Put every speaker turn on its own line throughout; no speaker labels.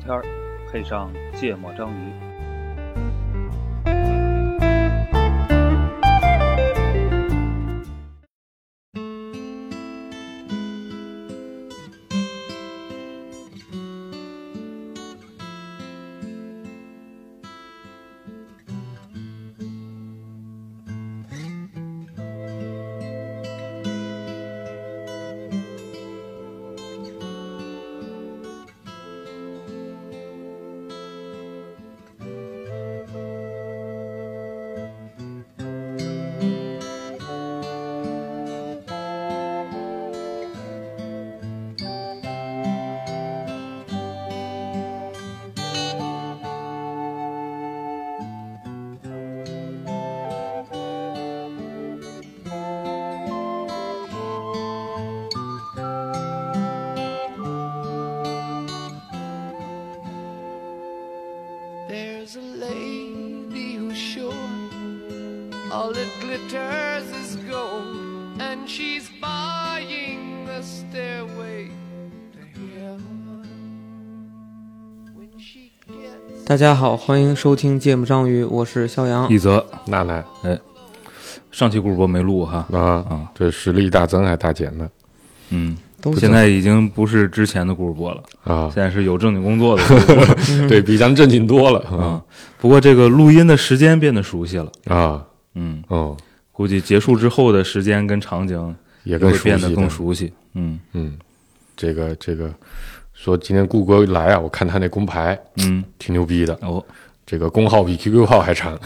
天儿，配上芥末章鱼。
There's a lady who's sure all that glitters is gold, and she's buying the stairway to heaven. When she gets
大家好，欢迎收听《芥末章鱼》，我是肖阳
一。泽
娜娜
上期故事播没录哈，
啊，这实力大增还大减呢
嗯，
都
现在已经不是之前的故事播了，
啊
现，在是有正经工作的故 事播了
对比咱们正经多了啊
啊。不过这个录音的时间变得熟悉了，
啊
嗯，
哦，
估计结束之后的时间跟场景
也更
会
熟
变得
悉
更
的
熟悉，嗯
嗯，这个这个说今天顾哥来啊，我看他那工牌
嗯，
挺牛逼的，
哦，
这个工号比 QQ 号 还长，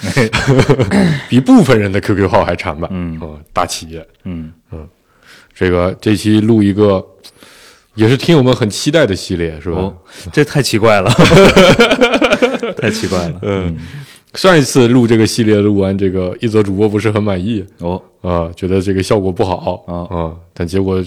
比部分人的 QQ 号还长吧？
嗯
哦，大企业，
嗯
这个这期录一个也是听友们很期待的系列是吧？
哦，这太奇 怪了，太奇怪了，嗯，
上一次录这个系列录完，这个一则主播不是很满意，
哦，
啊，觉得这个效果不好
啊
但结果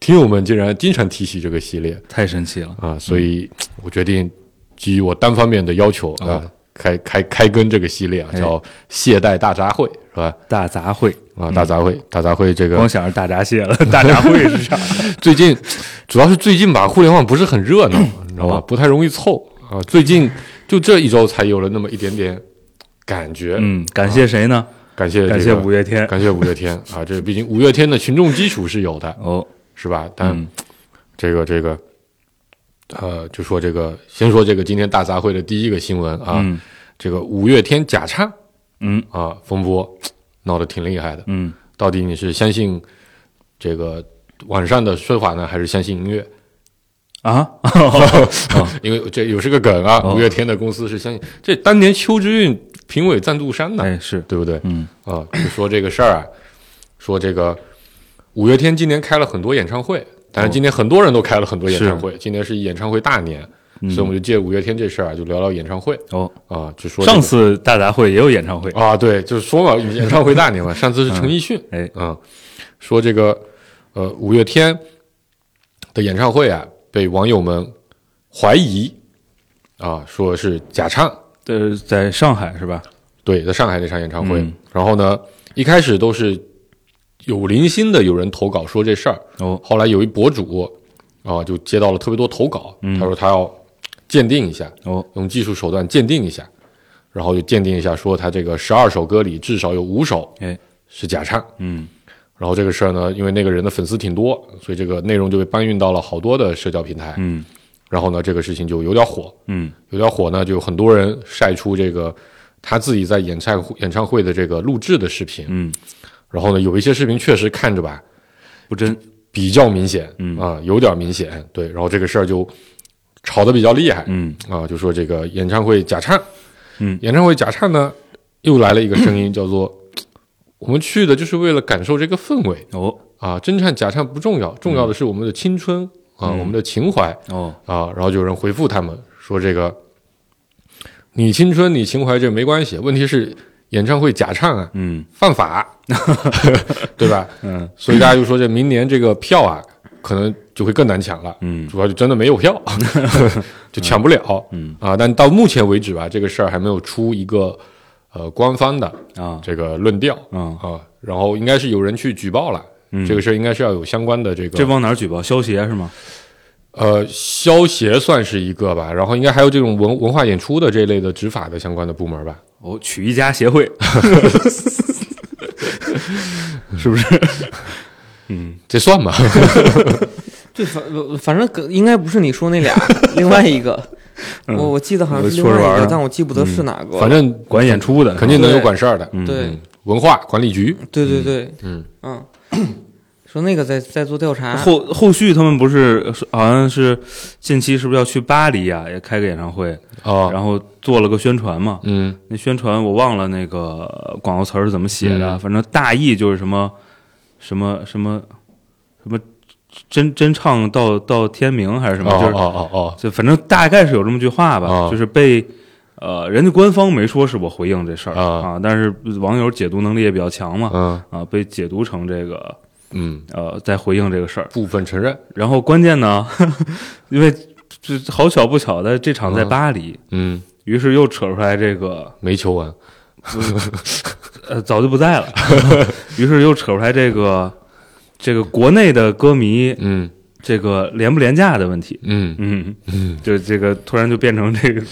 听友们竟然经常提起这个系列
太神奇了，
啊，所以我决定基于我单方面的要求啊，
哦
开开开更这个系列啊，
哎
叫“懈怠大杂烩”是吧？
大杂烩，
啊，大杂烩，大杂烩这
嗯光
个
想着大闸蟹了，大杂烩是 啥？
最近主要是最近吧，互联网不是很热闹，你知道吧？
哦
不太容易凑啊。最近就这一周才有了那么一点点感觉，
嗯，感谢谁呢？
感谢、这个、
感谢五月天，
感谢五月天啊，这毕竟五月天的群众基础是有的，
哦，
是吧？但
嗯
这个这个，呃，就说这个，先说这个今天大杂烩的第一个新闻啊，
嗯
这个五月天假唱
嗯
啊风波闹得挺厉害的。
嗯，
到底你是相信这个网上的说法呢，还是相信音乐？
啊，
因为这有是个梗啊，
哦
五月天的公司是相信这当年邱之韵评委赞助商呢，
哎是，
对不对？
嗯
啊，就说这个事儿啊，说这个五月天今年开了很多演唱会，但
哦
是今年很多人都开了很多演唱会，今年是演唱会大年，
嗯
所以我们就借五月天这事儿啊，就聊聊演唱会
哦，
啊，就说这个、
上次大杂烩也有演唱会，
啊，对，就是说嘛，演唱会大年 嘛，上次是陈奕迅，
哎
啊，说这个呃五月天的演唱会啊，被网友们怀疑啊，说是假唱，
呃，在上海是吧？
对，在上海那场演唱会。
嗯
然后呢，一开始都是有零星的有人投稿说这事儿，
哦，
后来有一博主啊、就接到了特别多投稿，他说他要鉴定一下，
嗯哦
用技术手段鉴定一下，然后就鉴定一下说他这个十二首歌里至少有五首
哎，
是假唱。
嗯
然后这个事儿呢，因为那个人的粉丝挺多，所以这个内容就被搬运到了好多的社交平台。
嗯
然后呢，这个事情就有点火，
嗯，
有点火呢，就有很多人晒出这个他自己在演唱会演唱会的这个录制的视频，
嗯，
然后呢，有一些视频确实看着吧
不真，
比较明显，
嗯
啊、有点明显，对，然后这个事儿就吵得比较厉害，
嗯
啊、就说这个演唱会假唱，
嗯
演唱会假唱呢，又来了一个声音叫做。我们去的就是为了感受这个氛围
哦
啊，真唱假唱不重要，重
嗯
要的是我们的青春、啊，我们的情怀，
哦，
啊，然后就有人回复他们说：“这个你青春你情怀这没关系，问题是演唱会假唱啊，
嗯
犯 法，对吧？
嗯
所以大家就说这明年这个票啊，可能就会更难抢了。
嗯
主要就真的没有 票，就抢不了。
嗯
啊，但到目前为止吧，这个事儿还没有出一个呃官方的
啊
这个论调
啊，
啊，然后应该是有人去举报了。
嗯
这个事儿应该是要有相关的这个
这往哪儿举报？消协是吗？
呃，消协算是一个吧，然后应该还有这种文文化演出的这类的执法的相关的部门吧。
哦，曲艺家协会， 是不是？嗯，
这 算吧，
对，反呃反正可应该不是你说 那俩，另外一个，
嗯
我我记得好像是
我
另外
说着玩
一
儿
个
呢，
但我记不得是哪个了。
反正
管演出的，
肯定能有
对
管事儿的。
嗯
对
文化管理局，
对对对，
嗯
嗯， 说那个在在做调查，
后后续他们不是是好像是近期是不是要去巴黎啊，也开个演唱会，
哦，
然后做了个宣传嘛。
嗯
那宣传我忘了那个呃广告词儿是怎么写的，
嗯
反正大意就是什么什么什么什么真真唱到到天明还是什么，
哦
就是
哦哦哦，
就反正大概是有这么句话吧，
啊
就是被呃，人家官方没说是我回应这事儿
啊
但是网友解读能力也比较强嘛，
嗯
啊，被解读成这个
嗯，
呃，在回应这个事儿。
部分承认，
然后关键呢， 因为这好巧不巧的，这
啊
场在巴黎，
嗯，
于是又扯出来这个
没求完，
呃，早就不 在了，于是又扯出来这个这个国内的歌迷
嗯
这个廉不廉价的问题。
嗯
嗯，
嗯，
就这个突然就变成这个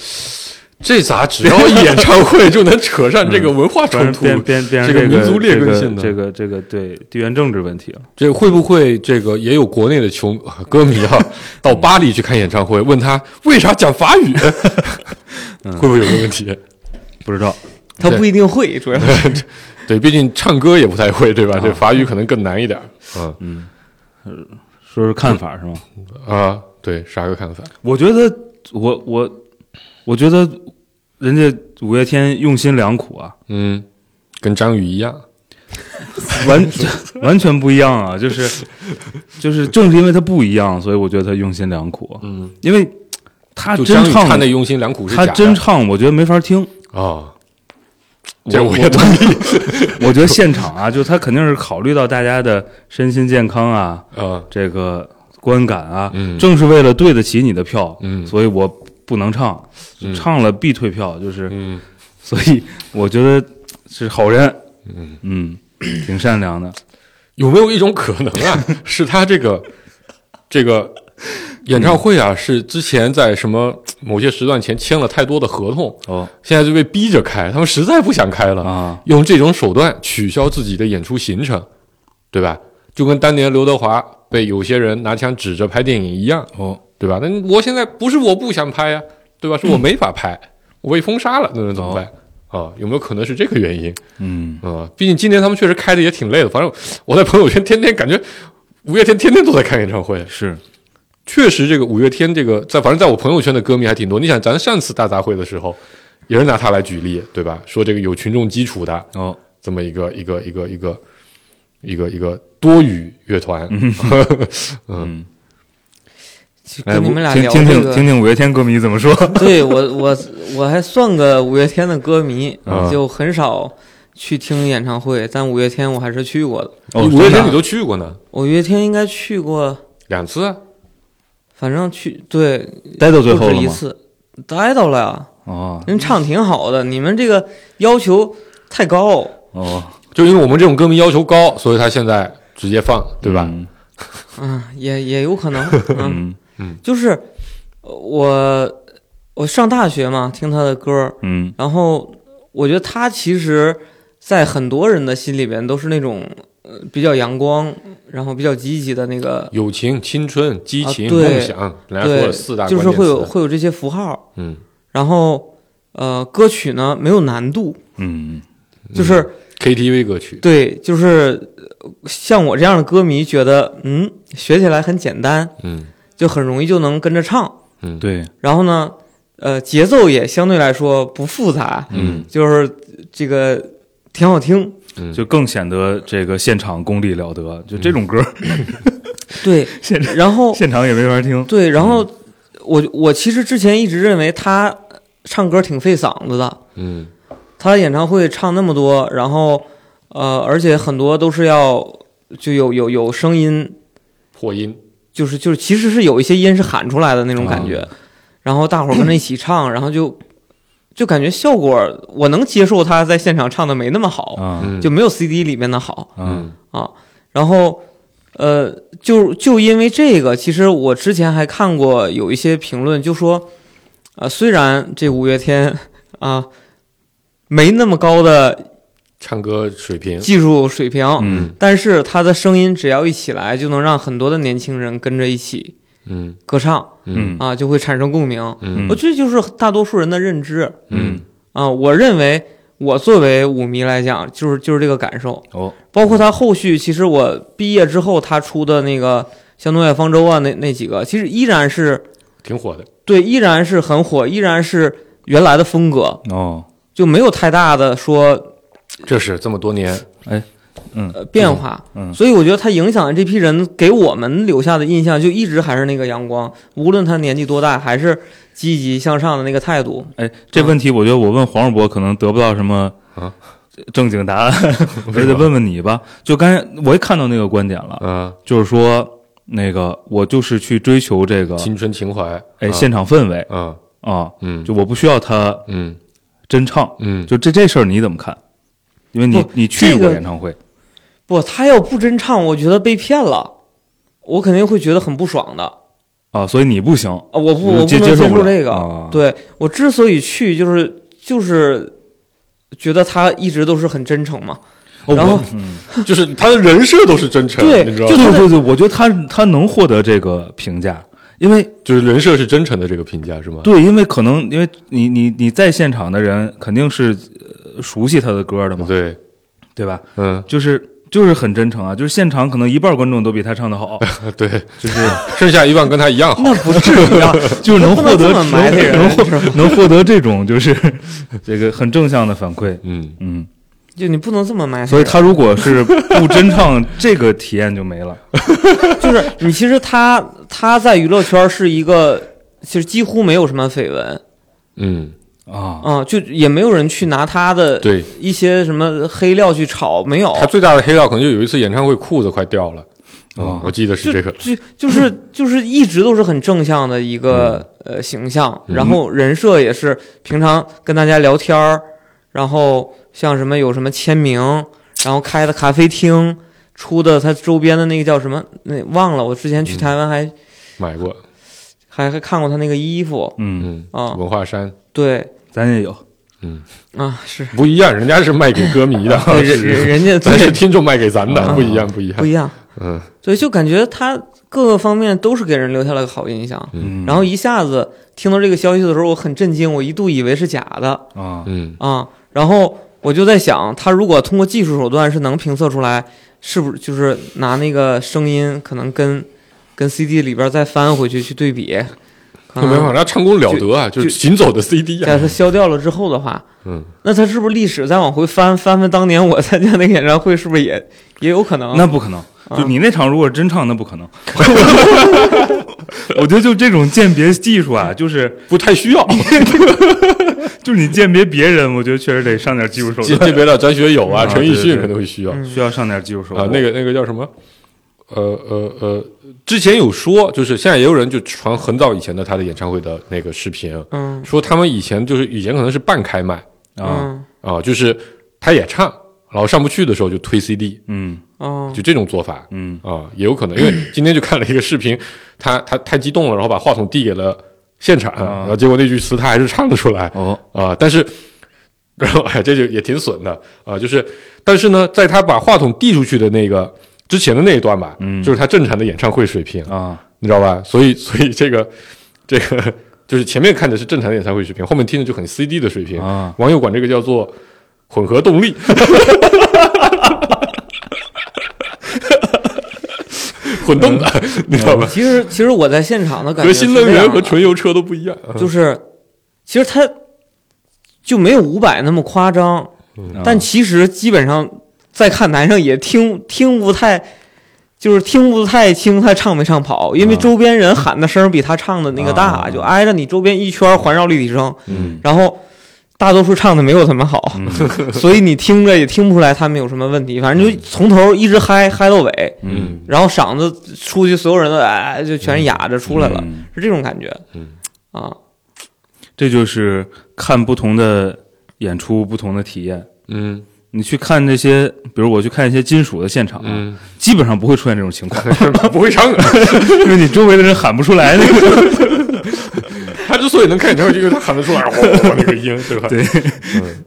这咋只要一演唱会就能扯上这个文化
突然
冲
变
突？
变变成
这个
个
民族劣根性的
这个这个这个对地缘政治问题了。
这会不会这个也有国内的球歌迷啊，
嗯
到巴黎去看演唱会，问他为啥讲法 语？
嗯
会不会有这个问题？
不知道，
他不一定会，主要
哎
是
对，毕竟唱歌也不太会，对
啊
吧？这法语可能更难一点。嗯
说说看法是吗？
啊，对，啥个看法？
我觉得我我我觉得人家五月天用心良苦啊，
嗯，跟张宇一样。
完完全 不一样啊！就是就是正是因为他不一样，所以我觉得他用心良苦。啊
嗯，
因为他
就
真
张宇
唱
看的用心良苦是假
他
的。
真唱，我觉得没法听。
啊，这
我
我也同意。
我觉得现场啊，就他肯定是考虑到大家的身心健康 啊，
啊，
这个观感啊，
嗯
正是为了对得起你的票，
嗯
所以我不能唱，
嗯
唱了必退票，就是，
嗯，
所以我觉得是好人，
嗯
挺善良的，
有没有一种可能 啊，是他这个这个演唱会啊，是之前在什么某些时段前签了太多的合同，
哦
现在就被逼着开，他们实在不想开了，
啊，
用这种手段取消自己的演出行程，对吧？就跟当年刘德华被有些人拿枪指着拍电影一样，
哦，
对吧？那我现在不是我不想拍呀、对吧？是我没法拍，我被封杀了，那能怎么办？啊，有没有可能是这个原因？
嗯，
啊，毕竟今年他们确实开的也挺累的，反正我在朋友圈天天感觉五月天天天都在看演唱会，
是，
确实这个五月天这个在反正在我朋友圈的歌迷还挺多。你想，咱上次大杂烩的时候，也是拿他来举例，对吧？说这个有群众基础的
哦，
这么一个一个一个一个一个一个多语乐团，
嗯，
跟你们俩
哎
聊
听
这
听听听
个，
听五月天歌迷怎么说，
对我我我还算个五月天的歌迷
啊，
就很少去听演唱会，但五月天我还是去过的。
哦
你五月
真的
天
啊
你都去过呢，
五月天应该去过，
两次啊，
反正去对
待到最
不
后
止
了
一
吗？
次，待到了呀。
哦
人唱挺好的，你们这个要求太高。
哦，
就因为我们这种歌迷要求高，所以他现在直接放，对吧？
嗯
嗯，也也有可能，嗯，
嗯
就是呃我我上大学嘛，听他的歌，
嗯
然后我觉得他其实，在很多人的心里边都是那种呃比较阳光，然后比较积极的那个，
友情、青春、激情、
啊对
梦想，来说
对
了四大，关
就
键
是
词。
会有会有这些符号，
嗯，
然后呃，歌曲呢没有难度，
嗯，
就是、
KTV 歌曲，
对，就是呃像我这样的歌迷觉得，嗯，学起来很简单，
嗯
就很容易就能跟着唱。
嗯，，
对，
然后呢，呃，节奏也相对来说不复杂，
嗯，
就是这个挺好听。
嗯
就更显得这个现场功力了得，就这种歌，
对，
现场
然后
现场也没法听，
对，然后我我其实之前一直认为他唱歌挺费嗓子的，
嗯
他演唱会唱那么多，然后呃，而且很多都是要就有有有声音，
破音，
就是就是其实是有一些音是喊出来的那种感
啊
觉，然后大伙儿跟着一起唱，然后就。就感觉效果，我能接受他在哦现场唱的没那么好，
啊
嗯
就没有 CD 里面的好
啊
嗯
啊。然后，呃，就就因为这个，其实我之前还看过有一些评论，就说，呃，虽然这五月天啊、没那么高的
唱歌水平，
技术水平，
嗯
但是他的声音只要一起来，就能让很多的年轻人跟着一起
嗯
歌唱
嗯
啊，就会产生共鸣。
嗯
我这就是大多数人的认知
嗯
啊。我认为，我作为舞迷来讲，就是就是这个感受。
哦
包括他后续，其实我毕业之后他出的那个《向东海方舟》啊，那那几个，其实依然是
挺火的，
对，依然是很火，依然是原来的风格，
哦，
就没有太大的说
这是这么多年，
呃变化。
嗯嗯
所以我觉得他影响的这批人给我们留下的印象，就一直还是那个阳光，无论他年纪多大，还是积极向上的那个态度。
哎，这问题我觉得我问黄世博可能得不到什么
嗯啊
正经答 案，我就得问问你吧。就刚才我也看到那个观点了，
嗯，
就是说那个我就是去追求这个
青春情怀，
哎
嗯
现场氛围
嗯
啊，
嗯
就我不需要他
嗯
真唱，
嗯，
就这这事儿你怎么看？因为你
不
你去
这
过
个
演唱会，
不，他要不真唱，我觉得被骗了，我肯定会觉得很不爽的。
啊，所以你不行。
啊，我不，
嗯
我不
接
能
接受不
受
了
这个。
啊
对我之所以去，就是就是觉得他一直都是很真诚嘛。
哦
然后
我嗯
就是他的人设都是真诚，
对
你知道
对
吗？
对对对，我觉得他他能获得这个评价，因为
就是人设是真诚的这个评价是吗？
对，因为可能因为你你你在现场的人肯定是呃熟悉他的歌的嘛，
对，
对吧？
嗯，
就是就是很真诚啊，就是现场可能一半观众都比他唱的好，
对，就是 剩下一半跟他一样好，
那不至于啊，
就是能
不
获
能
得
这么埋汰人
能 获能获得这种就是 这个很正向的反馈，
嗯，
嗯，
就你不能这么埋汰人。
所以他如果是不真唱， 这个体验就没了。
就是你，其实他他在娱乐圈是一个，其实几乎没有什么绯闻
嗯，
啊，
啊、就也没有人去拿他的
对
一些什么黑料去炒，没有。
他最大的黑料可能就有一次演唱会裤子快掉了，
哦
嗯，我记得是
就
这个，
就就是就是一直都是很正向的一个、
嗯
呃形象，然后人设也是平常跟大家聊天儿，然后像什么有什么签名，然后开的咖啡厅，出的他周边的那个叫什么那忘了，我之前去
嗯
台湾还、
买过，
还还看过他那个衣服
嗯，
嗯，
啊，
文化衫
对
咱也有，
啊是
不一样，人家是卖给歌迷的，
对人 人人家
咱是
对
听众卖给咱
啊
的，不一样，不一样
不，一样，
嗯
所以就感觉他各个方面都是给人留下了个好印象。
嗯，
然后一下子听到这个消息的时候，我很震惊，我一度以为是假的。
啊，
嗯
啊，然后我就在想，他如果通过技术手段是能评测出来，是不是就是拿那个声音可能跟跟 CD 里边再翻回去去对比，可
那没办法，
能
人家唱功了得啊，
嗯就
就是行走的 CD
在
啊，
它消掉了之后的话，
嗯，
那他是不是历史再往回翻翻翻当年我参加那个演唱会，是不是也也有可能？
那不可能。
嗯
就你那场如果真唱，那不可 能。我觉得就这种鉴别技术啊，就是
不太需要，
就是你鉴别别人，我觉得确实得上点技术手
这
段，
这边的张学友
啊
啊、陈奕
对对
迅
对
可能会需要
嗯
需要上点技术手
啊
段。，
那个那个叫什么？呃呃呃，之前有说，就是现在也有人就传很早以前的他的演唱会的那个视频，啊
嗯
说他们以前就是以前可能是半开麦
啊，
嗯
啊，就是他也唱，然后上不去的时候就推 CD，
嗯
哦
就这种做法
嗯
啊，也有可能。因为今天就看了一个视频，他他太激动了，然后把话筒递给了现场，
啊
然后结果那句词他还是唱得出来
哦
啊，但是。 然后，哎，这就也挺损的啊，就是，但是呢，在他把话筒递出去的那个之前的那一段吧，
嗯
就是他正常的演唱会水平，
啊，
你知道吧？所以，所以这个，这个就是前面看的是正常的演唱会水平，后面听的就很 CD 的水平
啊
网友管这个叫做混合 动力，混动的，你知道吧？
其实其实我在现场的嗯感
革
觉是
新能
这样啊
源和
的
纯油车都不一样。啊
就是其实他就没有伍佰那么夸张，
啊嗯
但其实基本上在看台上也听听不太，就是听不太清他唱没唱跑，因为
啊
周边人喊的声儿比他唱的那个大，
啊
就挨着你周边一圈环绕立体声，
嗯
然后大多数唱的没有他们好，
嗯
所以你听着也听不出来他们有什么问题，反正就从头一直嗨嗨到尾，
嗯，
然后嗓子出去，所有人都哎就全哑着出来了，
嗯
是这种感觉，
嗯
啊，
这就是看不同的演出不同的体验。
嗯
你去看这些，比如我去看一些金属的现场，啊
嗯，
基本上不会出现这种情 况，
不会唱，啊
因为你周围的人喊不出来那个。
他之所以能看演唱会，就因为他喊得出来，哗哗哗那个音，对吧？
对，
嗯。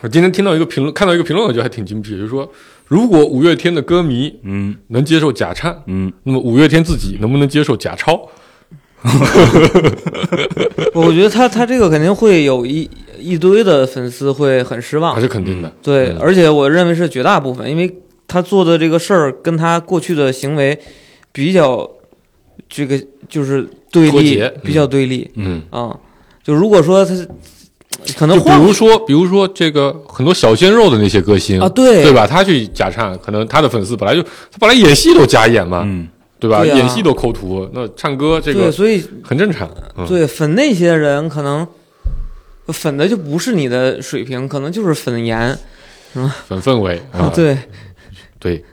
我今天听到一个评论，看到一个评论，我觉得还挺精辟，就是说，如果五月天的歌迷
嗯
能接受假唱，
嗯，
那么五月天自己能不能接受假钞？
我觉得他他这个肯定会有一一堆的粉丝会很失望
还，是肯定的。
对，
嗯
而且我认为是绝大部分，因为他做的这个事儿跟他过去的行为比较，这个就是对
脱
立
节，
比较对立
嗯，
啊、就如果说他是可能
就比
换
如说，比如说这个很多小鲜肉的那些歌星
啊对
对吧？他去假唱，可能他的粉丝本来就他本来演戏都假演嘛，
嗯
对吧？
对啊
演戏都抠图，那唱歌这
对，
个
所以
很正常。嗯、
对粉那些人可能粉的就不是你的水平，可能就是粉颜
粉氛围啊，
对，
对，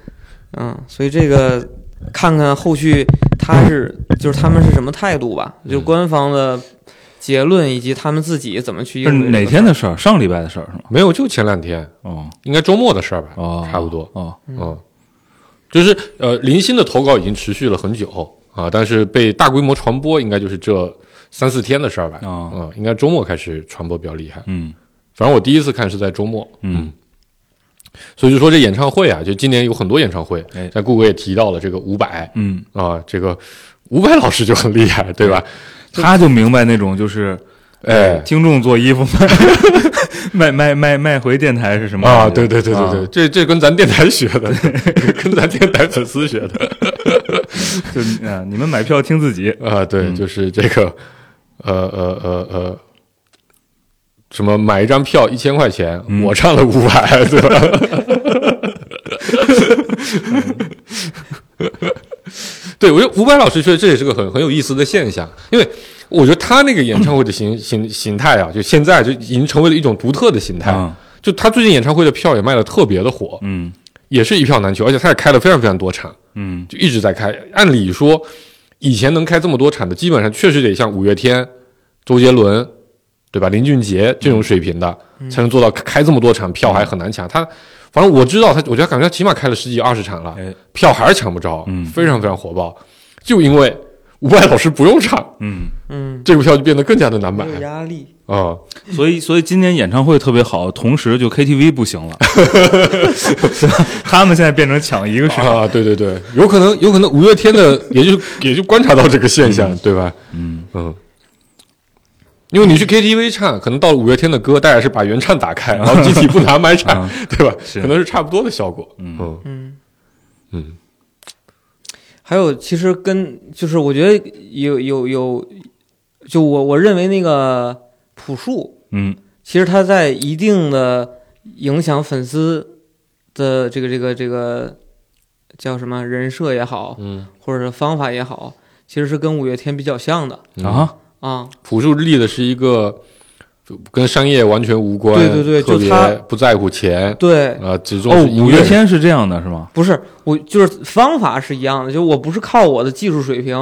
嗯，所以这个看看后续他是就是他们是什么态度吧，
嗯
就官方的结论以及他们自己怎么去应
是
对这个
哪
事儿
天的事儿？上礼拜的事儿是吗？
没有就前两天，
哦
应该周末的事儿吧，
哦，
嗯差不多。
哦，
嗯，就是呃，林星的投稿已经持续了很久啊，但是被大规模传播，应该就是这三四天的事儿吧。
哦
嗯，应该周末开始传播比较厉害。
嗯
反正我第一次看是在周末，
嗯，
所以就说这演唱会啊，就今年有很多演唱会
哎，
在顾哥也提到了这个伍佰
嗯，
啊，这个伍佰老师就很厉害，对吧？
他就明白那种就是呃
哎
听众做衣服卖 卖卖卖卖回电台是什么
啊，
感觉
对对对对对，
啊
这这跟咱电台学 的，跟咱电台粉丝学的
就啊，你们买票听自己，
啊，对，就是这个，呃呃呃呃，什么买一张票一千块钱，我唱了伍佰，对吧？ 对，我觉得伍佰老师确实这也是个很很有意思的现象，因为我觉得他那个演唱会的形形形态啊，就现在就已经成为了一种独特的形态。
嗯
就他最近演唱会的票也卖的特别的火，
嗯
也是一票难求，而且他也开了非常非常多场。
嗯
就一直在开。按理说，以前能开这么多场的，基本上确实得像五月天、周杰伦，对吧？林俊杰这种水平的，才能做到开这么多场，票还很难抢。他反正我知道他，我觉得感觉他起码开了十几二十场了
哎，
票还是抢不着
嗯，
非常非常火爆。就因为伍佰老师不用唱，
嗯，
嗯
这个票就变得更加的难买
没有压力，
啊。
所以所以今年演唱会特别好，同时就 KTV 不行 了， 他们现在变成抢一个市场，
啊，对对对，有可能，有可能五月天的也就也就观察到这个现象，对吧？嗯嗯，因为你去 KTV 唱，可能到了五月天的歌，大家是把原唱打 开，然后集体不拿麦唱，对吧？
是
可啊能是差不多的效果。嗯
嗯。
嗯
还有，其实跟就是我觉得有有有，就我我认为那个朴树，
嗯
其实他在一定的影响粉丝的这个这个这个叫什么人设也好，
嗯
或者是方法也好，其实是跟五月天比较像的
嗯
啊，
啊，
啊。
朴树立的是一个就跟商业完全无关，
对对对
特
就
别
他
不在乎钱，
对，
啊，只重
哦，
视音乐
五月天是这样的是吗？
不是我就是方法是一样的，就我不是靠我的技术水平，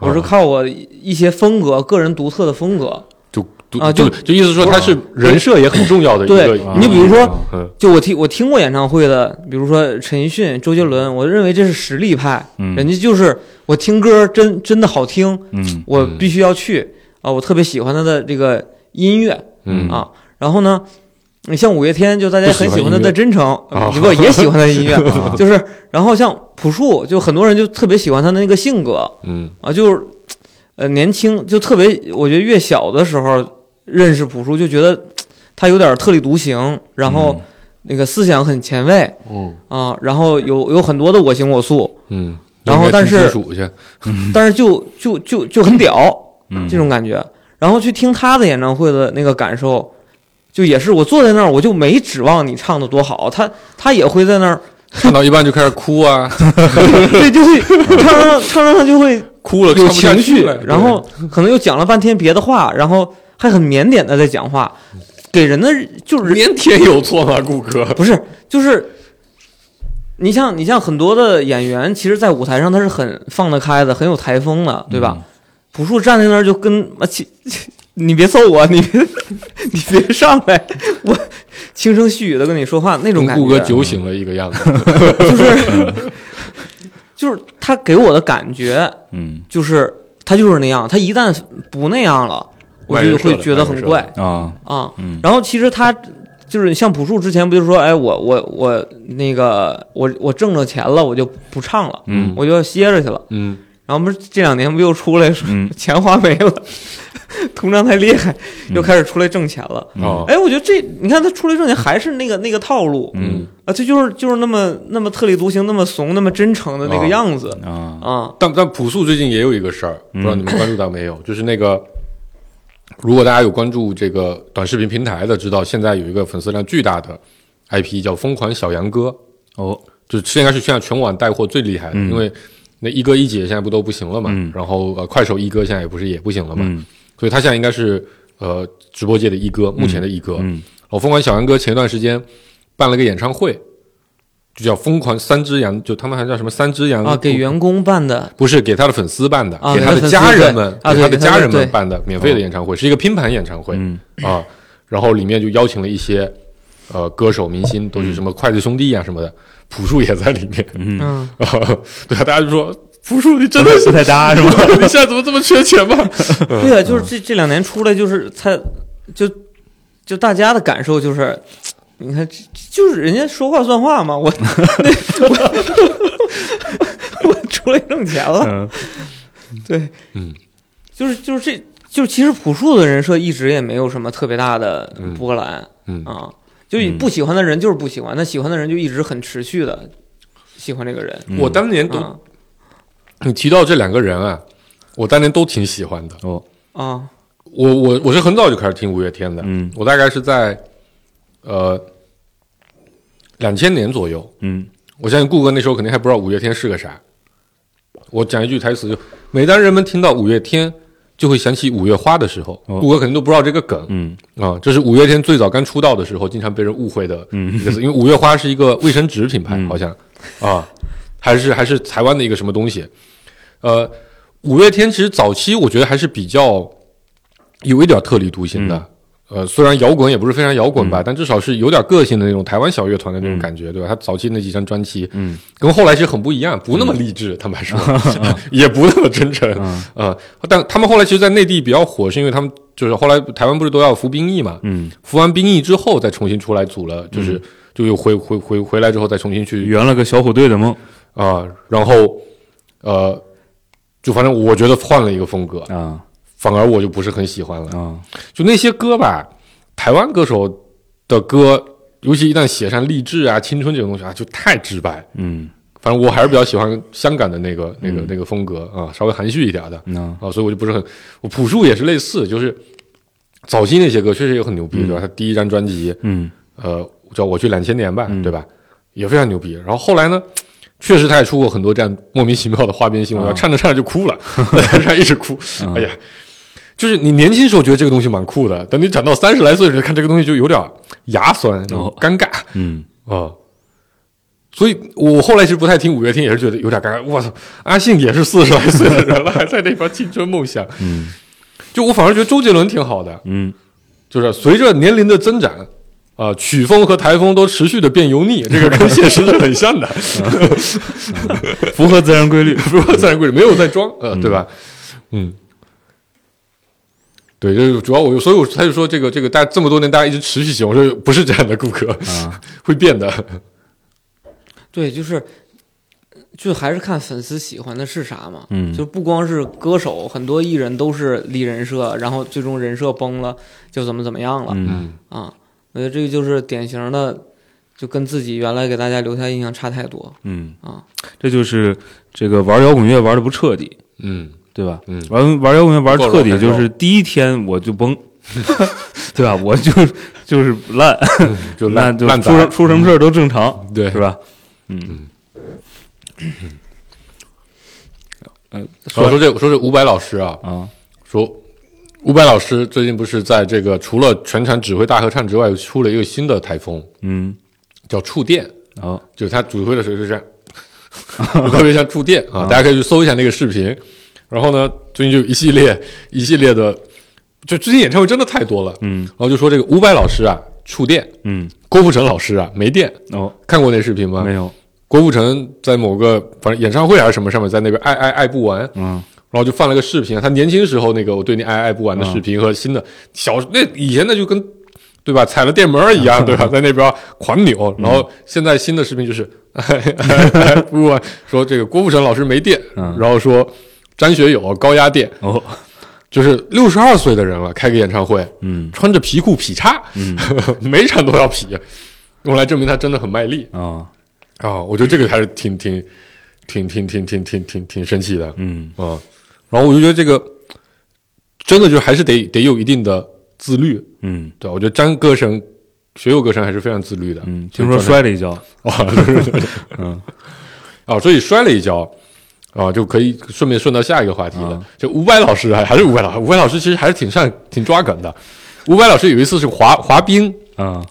我
啊
是靠我一些风格，个人独特的风格。
就就
啊
就
就
就意思说他是人设也很重要的一个
对
一个。
你比如说
嗯，
就我听我听过演唱会的，比如说陈奕迅、周杰伦，我认为这是实力派，
嗯
人家就是我听歌真真的好听，
嗯
我必须要去啊，我特别喜欢他的这个音乐
嗯
啊。然后呢，你像五月天，就大家很喜欢他的真诚，呃
啊
不过也喜欢他的音乐，就是然后像朴树，就很多人就特别喜欢他的那个性格，
嗯
啊，就是呃年轻，就特别，我觉得越小的时候认识朴树，就觉得他有点特立独行，然后那个思想很前卫
嗯
啊，然后有有很多的我行我素，
嗯，
然后
应该
但
听
是
金属去，
但是就就就就很屌
嗯
这种感觉。然后去听他的演唱会的那个感受，就也是我坐在那儿，我就没指望你唱的多好，他他也会在那儿，
唱到一半就开始哭啊，
对，就是唱唱唱唱唱就会
哭了，
有
唱不下
情
去
绪
了，，
然后可能又讲了半天别的话，然后还很腼腆的在讲话，给人的就是
腼腆有错吗？顾哥，
不是就是，你像你像很多的演员，其实，在舞台上他是很放得开的，很有台风的，对
嗯
吧？朴树站在那儿就 跟啊，其你别揍我，你别你别上来，我轻声细语的跟你说话那种
跟
感
顾哥
觉，
酒醒了一个样子。
就是就是他给我的感觉
嗯
就是他就是那样，他一旦不那样了，我
外
就
人设
会
了
觉得
外
很
人设
怪
啊
啊。
嗯
然后其实他就是像朴树之前不就说，哎，我我我那个我我挣着钱了，我就不唱了，
嗯
我就要歇着去了。
嗯，
然后不是这两年不又出来说
嗯
钱花没了，通胀太厉害，
嗯
又开始出来挣钱了。
哦，
哎，我觉得这你看他出来挣钱还是那个那个套路
嗯
啊，这就是就是那么那么特立独行、那么怂、那么真诚的那个
哦
样子
啊
啊。
但但朴树最近也有一个事儿，
嗯
不知道你们关注到没有？ 就是那个，如果大家有关注这个短视频平台的，知道现在有一个粉丝量巨大的 IP 叫“疯狂小杨哥
哦”，
就是应该是现在全网带货最厉害的，因为那一哥一姐现在不都不行了嘛，
嗯
然后呃快手一哥现在也不是也不行了嘛，
嗯
所以他现在应该是呃直播界的一哥，目前的一哥。
嗯
我疯狂小杨哥前一段时间办了个演唱会，就叫“疯狂三只羊”，就他们还叫什么“三只羊”
啊，给员工办的，
不是给他的粉丝办的，
啊
给他
给他
的
粉丝
家人们，
对啊
给他
对
的
给他的
家人
对哦
们办的免费的演唱会，是一个拼盘演唱会、
嗯
啊。然后里面就邀请了一些呃歌手、明星，都是什么筷子兄弟啊什么的，朴树也在里面。
嗯，
嗯，
啊，对啊，大家就说朴树，你真的 是
不太搭 是吗？
你现在怎么这么缺钱吗？
对啊，就是这这两年出来，就是他，就就大家的感受就是，你看，这就是人家说话算话嘛，我 那我我出来挣钱了，
嗯
对，
嗯，
就是就是这就其实朴树的人设一直也没有什么特别大的
嗯
波澜、
嗯，
啊，就以
嗯
不喜欢的人就是不喜欢，那喜欢的人就一直很持续的喜欢这个人，
嗯我当年都、
啊
你提到这两个人啊，我当年都挺喜欢的。
哦
啊
我我我是很早就开始听五月天的，
嗯
我大概是在呃两千年左右，
嗯
我相信顾哥那时候肯定还不知道五月天是个啥。我讲一句台词就，每当人们听到五月天，就会想起五月花的时候，
哦
顾哥肯定都不知道这个梗啊、
嗯
这是五月天最早刚出道的时候，经常被人误会的
嗯
一个词，因为五月花是一个卫生纸品牌，好像啊，还是还是台湾的一个什么东西。呃，五月天其实早期我觉得还是比较有一点特立独
嗯
行的。呃，虽然摇滚也不是非常摇滚吧，但至少是有点个性的那种台湾小乐团的那种感觉，对吧？他早期那几张专辑，
嗯，
跟后来其实很不一样，不那么励志，坦 白说，也不那么真诚，
嗯
呃，但他们后来其实，在内地比较火，是因为他们就是后来台湾不是都要服兵役嘛，
嗯，
服完兵役之后再重新出来组了，就是、就又回回回回来之后再重新去
圆了个小虎队的梦
啊、然后呃，就反正我觉得换了一个风格，
啊
反而我就不是很喜欢了。
啊
就那些歌吧，台湾歌手的歌，尤其一旦写上励志啊、青春这种东西啊，就太直白。
嗯
反正我还是比较喜欢香港的那个、那个、那个风格啊，稍微含蓄一点的。
那
啊，所以我就不是很，我朴树也是类似，就是早期那些歌确实也很牛逼，对吧？他第一张专辑，
嗯
呃，叫我去两千年吧，
嗯
对吧？也非常牛逼。然后后来呢，确实他也出过很多这样莫名其妙的花边新闻，
啊
唱着唱着就 哭了，在台上一直哭，
啊
哎呀。就是你年轻时候觉得这个东西蛮酷的，等你长到三十来岁的时候看这个东西就有点牙酸，然后
哦
尴尬啊、
嗯
所以我后来是不太听五月天，也是觉得有点尴尬。我操，阿信也是四十来岁的人了，还在那边青春梦想，
嗯
就我反而觉得周杰伦挺好的，
嗯
就是随着年龄的增长，啊、曲风和台风都持续的变油腻，这个跟现实是很像的，
符合自然规律
不是自然规律，没有在装，呃，对吧？嗯，对，就是主要我，所以我他就说这个这个大家这么多年大家一直持续喜欢，我说不是这样的顾客，
啊
会变的，
对，就是就还是看粉丝喜欢的是啥嘛。
嗯
就不光是歌手，很多艺人都是立人设，然后最终人设崩了，就怎么怎么样了、
嗯
嗯
啊。我觉得这个就是典型的，就跟自己原来给大家留下印象差太多。
嗯
啊，
这就是这个玩摇滚乐玩的不彻底，
嗯
对吧？
嗯
玩玩摇滚乐玩彻底
不够
就
肉
是第一天我就 崩，对吧？我就就是烂，
嗯就
那
烂
就
烂
出什
仔，
出什么事儿都正常，
对
是，吧？
说说这个说这伍佰老师啊，
啊，
说伍佰老师最近不是在这个除了全场指挥大合唱之外，又出了一个新的台风，
嗯，
叫触电。
哦，
就是他指挥的时候就是这样， 就特别像触电啊，大家可以去搜一下那个视频。然后呢，最近就有一系列一系列的，就最近演唱会真的太多了，
嗯
然后就说这个伍佰老师啊，触电，
嗯，
郭富城老师啊没电，
哦，
看过那视频吗？
没有，
郭富城在某个反正演唱会还是什么上面，在那边爱爱爱不完，
嗯，
然后就放了个视频，他年轻时候那个我对你爱爱不完的视频和新的小那以前那就跟对吧踩了电门儿一 样，对吧，在那边狂扭，
嗯
然后现在新的视频就是 爱爱爱不完，说这个郭富城老师没电，
嗯
然后说张学友高压电，
哦，
就是六十二岁的人了，开个演唱会，
嗯
穿着皮裤劈叉，
嗯
每场都要劈，用来证明他真的很卖
嗯
力
哦
啊，
啊、我觉得这个还是挺挺挺挺挺挺挺挺挺神奇的啊、
嗯
嗯然后我就觉得这个真的就还是得得有一定的自律，
嗯
对吧我觉得张歌神、学友歌神还是非常自律的。
嗯，听说摔了一跤，
啊， 嗯， 啊，所以摔了一跤。啊，就可以顺便顺到下一个话题
啊
了。就伍佰老师还还是伍佰老师，伍佰老师其实还是挺善挺抓梗的。伍佰老师有一次是滑滑冰，
啊，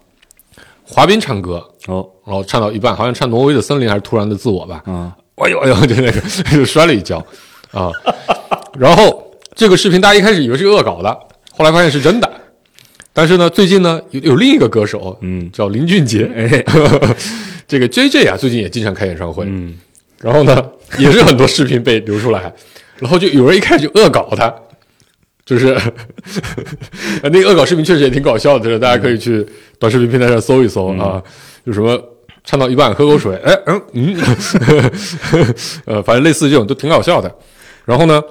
滑冰唱歌，
哦，
然后唱到一半，好像唱《挪威的森林》还是《突然的自我》吧，
啊，
哎呦哎呦， 就那个就摔了一跤啊。然后这个视频大家一开始以为是恶搞的，后来发现是真的。但是呢，最近呢有有另一个歌手，
嗯
叫林俊杰， 哎，这个 J J 啊，最近也经常开演唱会，
嗯
然后呢 也是很多视频被流出来，然后就有人一开始就恶搞他，就是 呃那个恶搞视频确实也挺搞笑的，就是大家可以
嗯
去短视频平台上搜一搜啊，有什么唱到一半喝口水， 哎，嗯嗯，呃，反正类似这种都挺搞笑的。然后呢，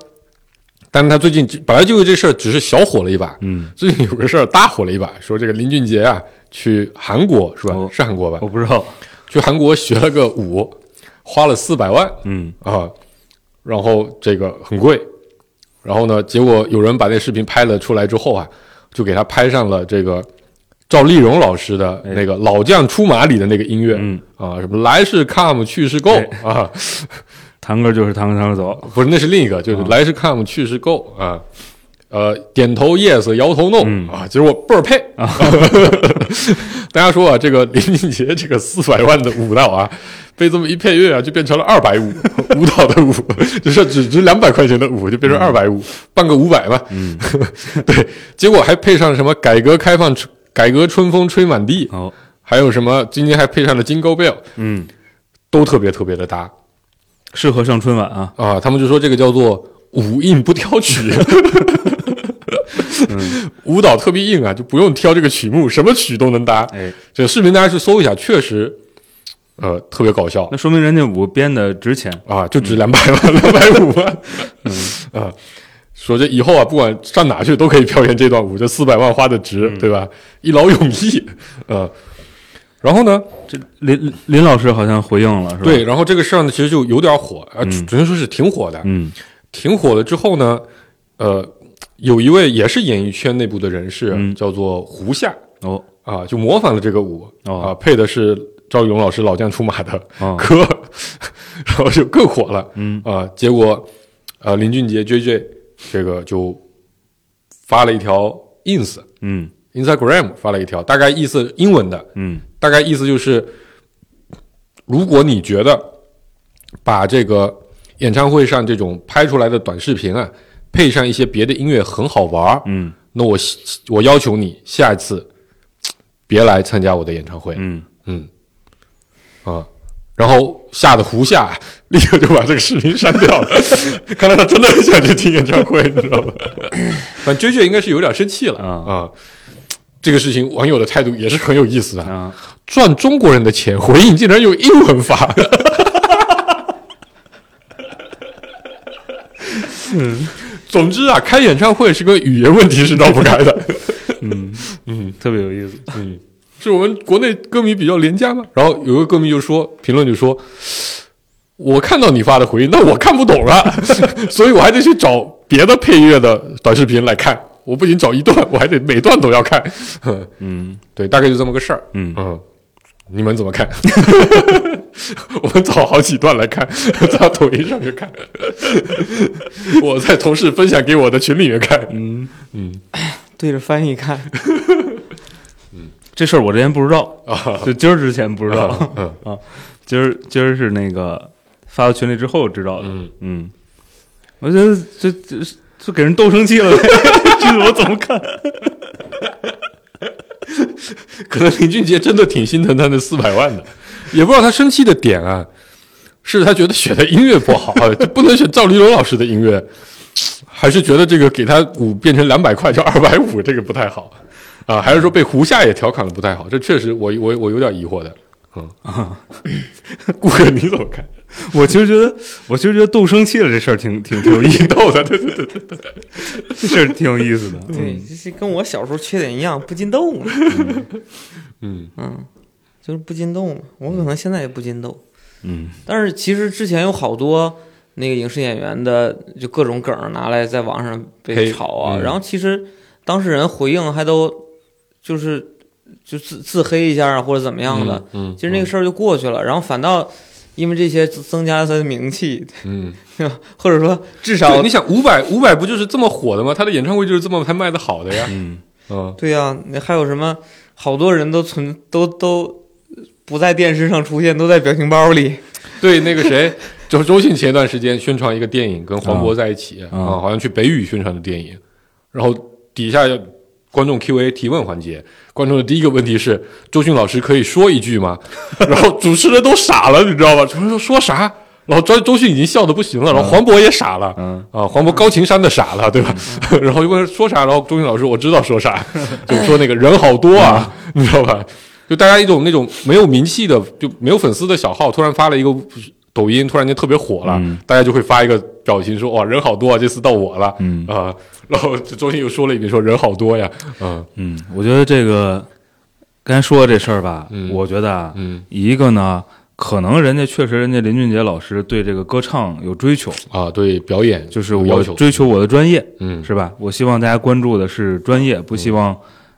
但是他最近本来就为这事儿只是小火了一把，
嗯，
最近有个事儿大火了一把，说这个林俊杰啊去韩国是吧？
哦
是韩国吧
我？不知道，
去韩国学了个舞，花了四百万，
嗯
啊，然后这个很贵，然后呢，结果有人把那视频拍了出来之后啊，就给他拍上了这个赵丽蓉老师的那个《老将出马》里的那个音乐，
嗯
啊，什么来是 come 去是 go 啊，
堂哥就是堂哥堂哥走，
不是，那是另一个，就是来是 come 去是 go 啊，呃，点头 yes，摇头 no、啊，结果倍儿配啊。 大家说啊，这个林俊杰这个四百万的舞蹈啊，被这么一配乐啊，就变成了二百 五舞蹈的舞，就是只值两百块钱的舞就变成二百五，半个五百嘛。嗯， 对，结果还配上什么改革开放春，改革春风吹满地，
哦，
还有什么今年还配上了金钩 bell，
嗯，
都特别特别的搭。
适合上春晚啊，
啊，他们就说这个叫做五硬不 挑曲。舞蹈特别硬啊，就不用挑这个曲目，什么曲都能搭。
哎，
这个视频大家去搜一下，确实，呃，特别搞笑
那说明人家舞编的值钱，
啊，就值两百万、两百五 万。
嗯
啊，说这以后啊，不管上哪去都可以表演这段舞，这四百万花的值，
嗯
对吧？一劳永逸。呃，然后呢，
这林林林老师好像回应了，是吧？
对，，然后这个事儿呢，其实就有点火，啊，
嗯
准确说是挺火的。
嗯
挺火了之后呢，呃，有一位也是演艺圈内部的人士，啊
嗯
叫做胡夏
哦
啊，就模仿了这个舞啊、
哦
配的是赵丽蓉老师《老将出马》的
哦
歌，然后就更火了。
嗯
啊，结果呃，林俊杰 JJ 这个就发了一条 ins。
嗯
Instagram 发了一条，大概意思英文的，
嗯
大概意思就是，如果你觉得把这个演唱会上这种拍出来的短视频啊，配上一些别的音乐很好玩儿，
嗯
那我希我要求你下一次嘖别来参加我的演唱会，
嗯，
嗯，啊。然后吓 得胡夏立刻就把这个视频删掉了， 看来他真的很想去听演唱会，你知道吗？ 反正 JJ 应该是有点生气了
啊
啊！这个事情网友的态度也是很有意思的
啊，
赚中国人的钱，回应竟然用英文发。 嗯，嗯 总之啊，开演唱会是个语言问题是绕不开的。
特别有意思，
嗯，是我们国内歌迷比较廉价吗？然后有个歌迷就说，评论就说，我看到你发的回应，那我看不懂啊， 所以我还得去找别的配乐的短视频来看。我不仅找一段，我还得每段都要看。
嗯
对，大概就这么个事儿。
嗯
嗯，你们怎么看？ 我们找好几段来看，在抖音上面看， 我在同事分享给我的群里面看。
嗯，
对着翻译看，
这事儿我之前不知道，
啊，
就今儿之前不知道，
嗯
今儿今儿是那个发到群里之后知道的。
嗯，
嗯，我觉得这这 这给人逗生气了呗，这我怎么看？
可能林俊杰真的挺心疼他那四百万的，也不知道他生气的点啊，是他觉得选的音乐不好，就不能选赵丽蓉老师的音乐，还是觉得这个给他五变成两百块就二百五，这个不太好啊？还是说被胡夏也调侃的不太好？这确实我我我有点疑惑的。嗯啊，顾客你怎么看？
我其实觉得，我其实觉得动生气了这事儿挺挺挺有意
挺逗的，对对对对对。
这事儿挺有意思的。
对，这是跟我小时候缺点一样，不禁斗嘛。
嗯
嗯，就是不禁斗嘛。我可能现在也不禁斗，
嗯，
但是其实之前有好多那个影视演员的就各种梗儿拿来在网上被
黑
炒啊，
嗯
然后其实当事人回应还都就是就自自黑一下啊，或者怎么样的，
嗯，嗯，
其实那个事儿就过去了，然后反倒。因为这些增加了他的名气，
嗯，
或者说至
对
少
你想五百五百不就是这么火的吗？他的演唱会就是这么才卖的好的呀。
嗯
嗯，
对呀、那还有什么？好多人都存都都不在电视上出现，都在表情包里。
对，那个谁，周周迅前段时间宣传一个电影，跟黄渤在一起啊、
嗯
好像去北语宣传的电影，然后底下观众 Q&A 提问环节，观众的第一个问题是：周迅老师可以说一句 吗？然后主持人都傻了，你知道吧？主持人说说啥？然后周周迅已经笑的不行了，然后黄渤也傻了，
嗯
啊，黄渤高情商的傻了，对吧？ 然后就问说啥，然后周迅老师我知道 说啥，就说那个人好多啊，
嗯
你知道吧？就大家一种那种没有名气的就没有粉丝的小号，突然发了一个抖音，突然间特别火了，
嗯
大家就会发一个表情说哇人好多啊，这次到我了，
嗯
啊，然后周迅又说了一遍说人好多呀，啊，
嗯，我觉得这个刚才说的这事儿吧，
嗯
我觉得啊，
嗯
一个呢，可能人家确实人家林俊杰老师对这个歌唱有追求，
啊，对表演
就是
有
我
要求，
追求我的专业，
嗯
是吧？我希望大家关注的是专业，不希望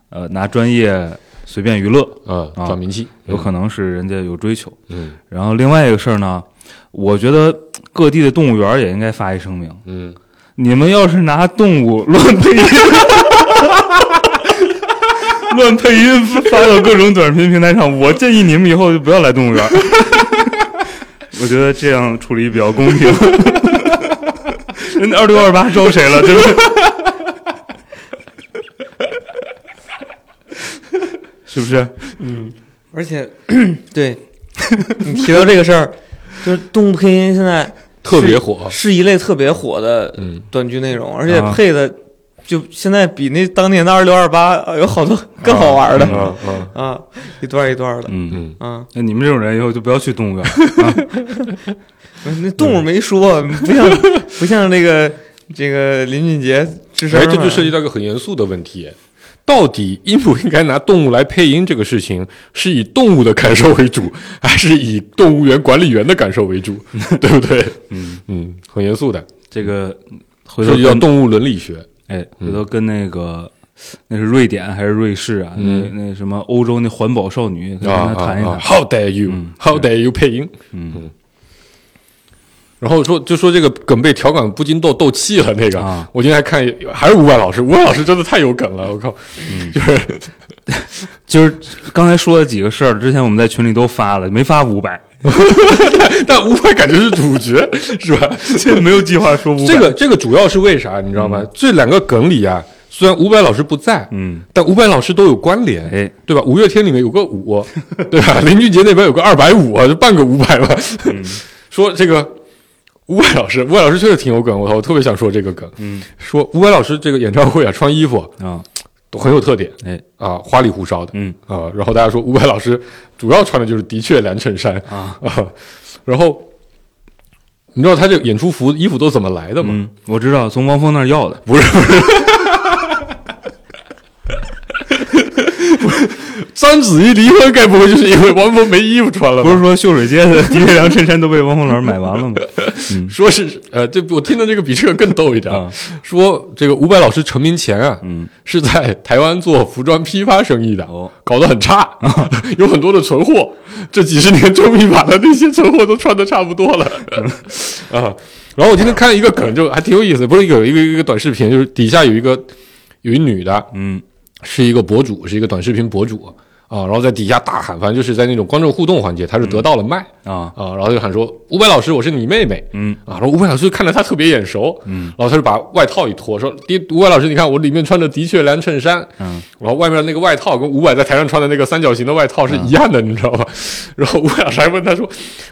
呃拿专业随便娱乐，
啊
啊
转名气
有可能是人家有追求。
嗯
然后另外一个事儿呢，我觉得各地的动物园儿也应该发一声明，
嗯，
你们要是拿动物乱配音，乱配音发到各种短视频平台上，我建议你们以后就不要来动物园儿。 我觉得这样处理比较公平。 人二六二八招谁了？对不对？ 是不是？
而且， 对你提到这个事儿， 就是动物配音现在
特别火，
是一类特别火的
嗯
短剧内容，而且
啊
配的就现在比那当年的二六二八哎有好多更好玩的
啊啊
啊，一段一段的
嗯，
嗯
啊。
那你们这种人以后就不要去动物园儿。
那动物没说，不像不像那个这个林俊杰吱声啊
哎，
儿嘛，
这就涉及到一个很严肃的问题，到底应不应该拿动物来配音这个事情，是以动物的感受为主，还是以动物园管理员的感受为主， 对不对？嗯嗯，很严肃的，
这个回头
涉及到
跟
动物伦理学。
哎，
嗯
回头跟那个、那是瑞典还是瑞士啊？
嗯
那那什么欧洲那环保少女，可以跟
啊
她谈一谈。
啊啊、How dare you？、
嗯
How dare you 配音？
嗯
然后说就说这个梗被调侃不禁斗斗气了，那个、
啊
我今天还看还是伍佰老师，伍佰老师真的太有梗了，我靠，
嗯
就是
就是刚才说的几个事儿，之前我们在群里都发了，没发五百，
但伍佰感觉是主角是吧？
这没有计划说五百。
这个这个主要是为啥你知道吗？这两个梗里啊，虽然伍佰老师不在，
嗯，
但伍佰老师都有关联，
哎，
对吧？五月天里面有个五， 对吧？林俊杰那边有个二百五，就半个五百吧。
嗯
说这个伍佰老师，伍佰老师确实挺有梗，我操，我特别想说这个梗。
嗯，
说伍佰老师这个演唱会啊，穿衣服
啊，
都很有特点
哎，
啊，花里胡哨的。
嗯
啊，然后大家说伍佰老师主要穿的就是的确蓝衬衫
啊
然后你知道他这个演出服衣服都怎么来的吗？
嗯，我知道，从汪峰那儿要的，
章子怡离婚该不会就是因为王峰没衣服穿了吧？
不是说秀水街的的确良衬衫都被汪峰老师买完了吗？
说是呃，这我听的这个比这个更逗一点，
啊
说这个伍佰老师成名前啊，
嗯，
是在台湾做服装批发生意的，
哦啊
搞得很差， 有很多的存货，这几十年终于把他那些存货都穿的差不多了，
嗯
啊，然后我今天看一个梗，就还挺有意思，不是有一个一个短视频，就是底下有一个有一女的，
嗯
是一个博主，是一个短视频博主啊，然后在底下大喊，反正就是在那种观众互动环节，他是得到了麦
啊，
啊，然后就喊说伍佰老师，我是你妹妹。
嗯
啊，然后伍佰老师看着他特别眼熟，嗯，然后他就把外套一脱，说：“第伍佰老师，你看我里面穿着的确蓝衬衫，
嗯，
然后外面那个外套跟伍佰在台上穿的那个三角形的外套是一样
嗯
的，你知道吧？”然后伍佰老师还问他说：“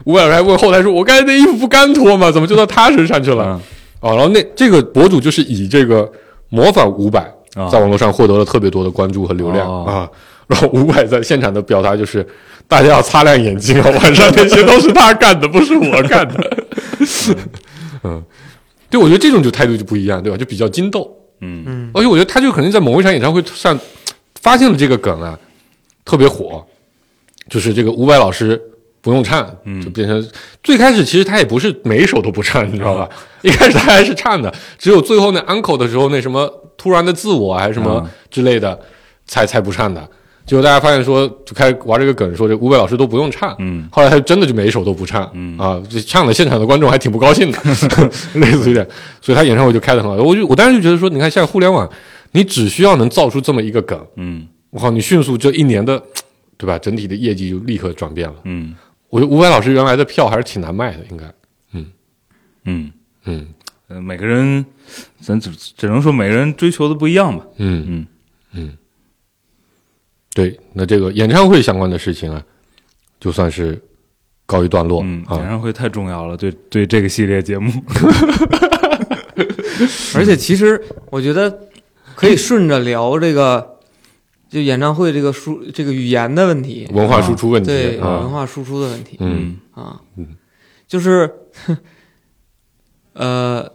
伍佰老师还问后台说，我刚才那衣服不干脱吗？怎么就到他身上去了？”
嗯
哦，然后那这个博主就是以这个模仿伍佰
啊
在网络上获得了特别多的关注和流量、
哦
啊。然后伍佰在现场的表达就是：“大家要擦亮眼睛啊，晚上那些都是他干的，不是我干的。”嗯对，我觉得这种就态度就不一样，对吧？就比较金斗。
嗯
嗯，而且我觉得他就可能在某一场演唱会上发现了这个梗啊，特别火，就是这个伍佰老师不用唱，就变成、最开始其实他也不是每一首都不唱，你知道吧？一开始他还是唱的，只有最后那 uncle 的时候那什么突然的自我啊还是什么之类的，才才不唱的。结果大家发现说，就开始玩这个梗，说这伍佰老师都不用唱，
嗯，
后来他真的就每一首都不唱，嗯啊，这唱了现场的观众还挺不高兴的，类似于这样，所以他演唱会就开得很好。我就我当时就觉得说，你看现在互联网，你只需要能造出这么一个梗，
嗯
我靠，你迅速这一年的，对吧？整体的业绩就立刻转变了。
嗯
我觉得伍佰老师原来的票还是挺难卖的，应该，
嗯，
嗯
呃，每个人，咱只只能说每个人追求的不一样吧。
嗯
嗯
嗯，对，那这个演唱会相关的事情啊，就算是告一段落、
嗯，演
啊。
唱会太重要了，对对这个系列节目，
而且其实我觉得可以顺着聊这个，就演唱会这个书这个语言的问题，
文化输出问题
对文
啊，
化输出的问题
嗯，
啊
嗯，
就是，呃，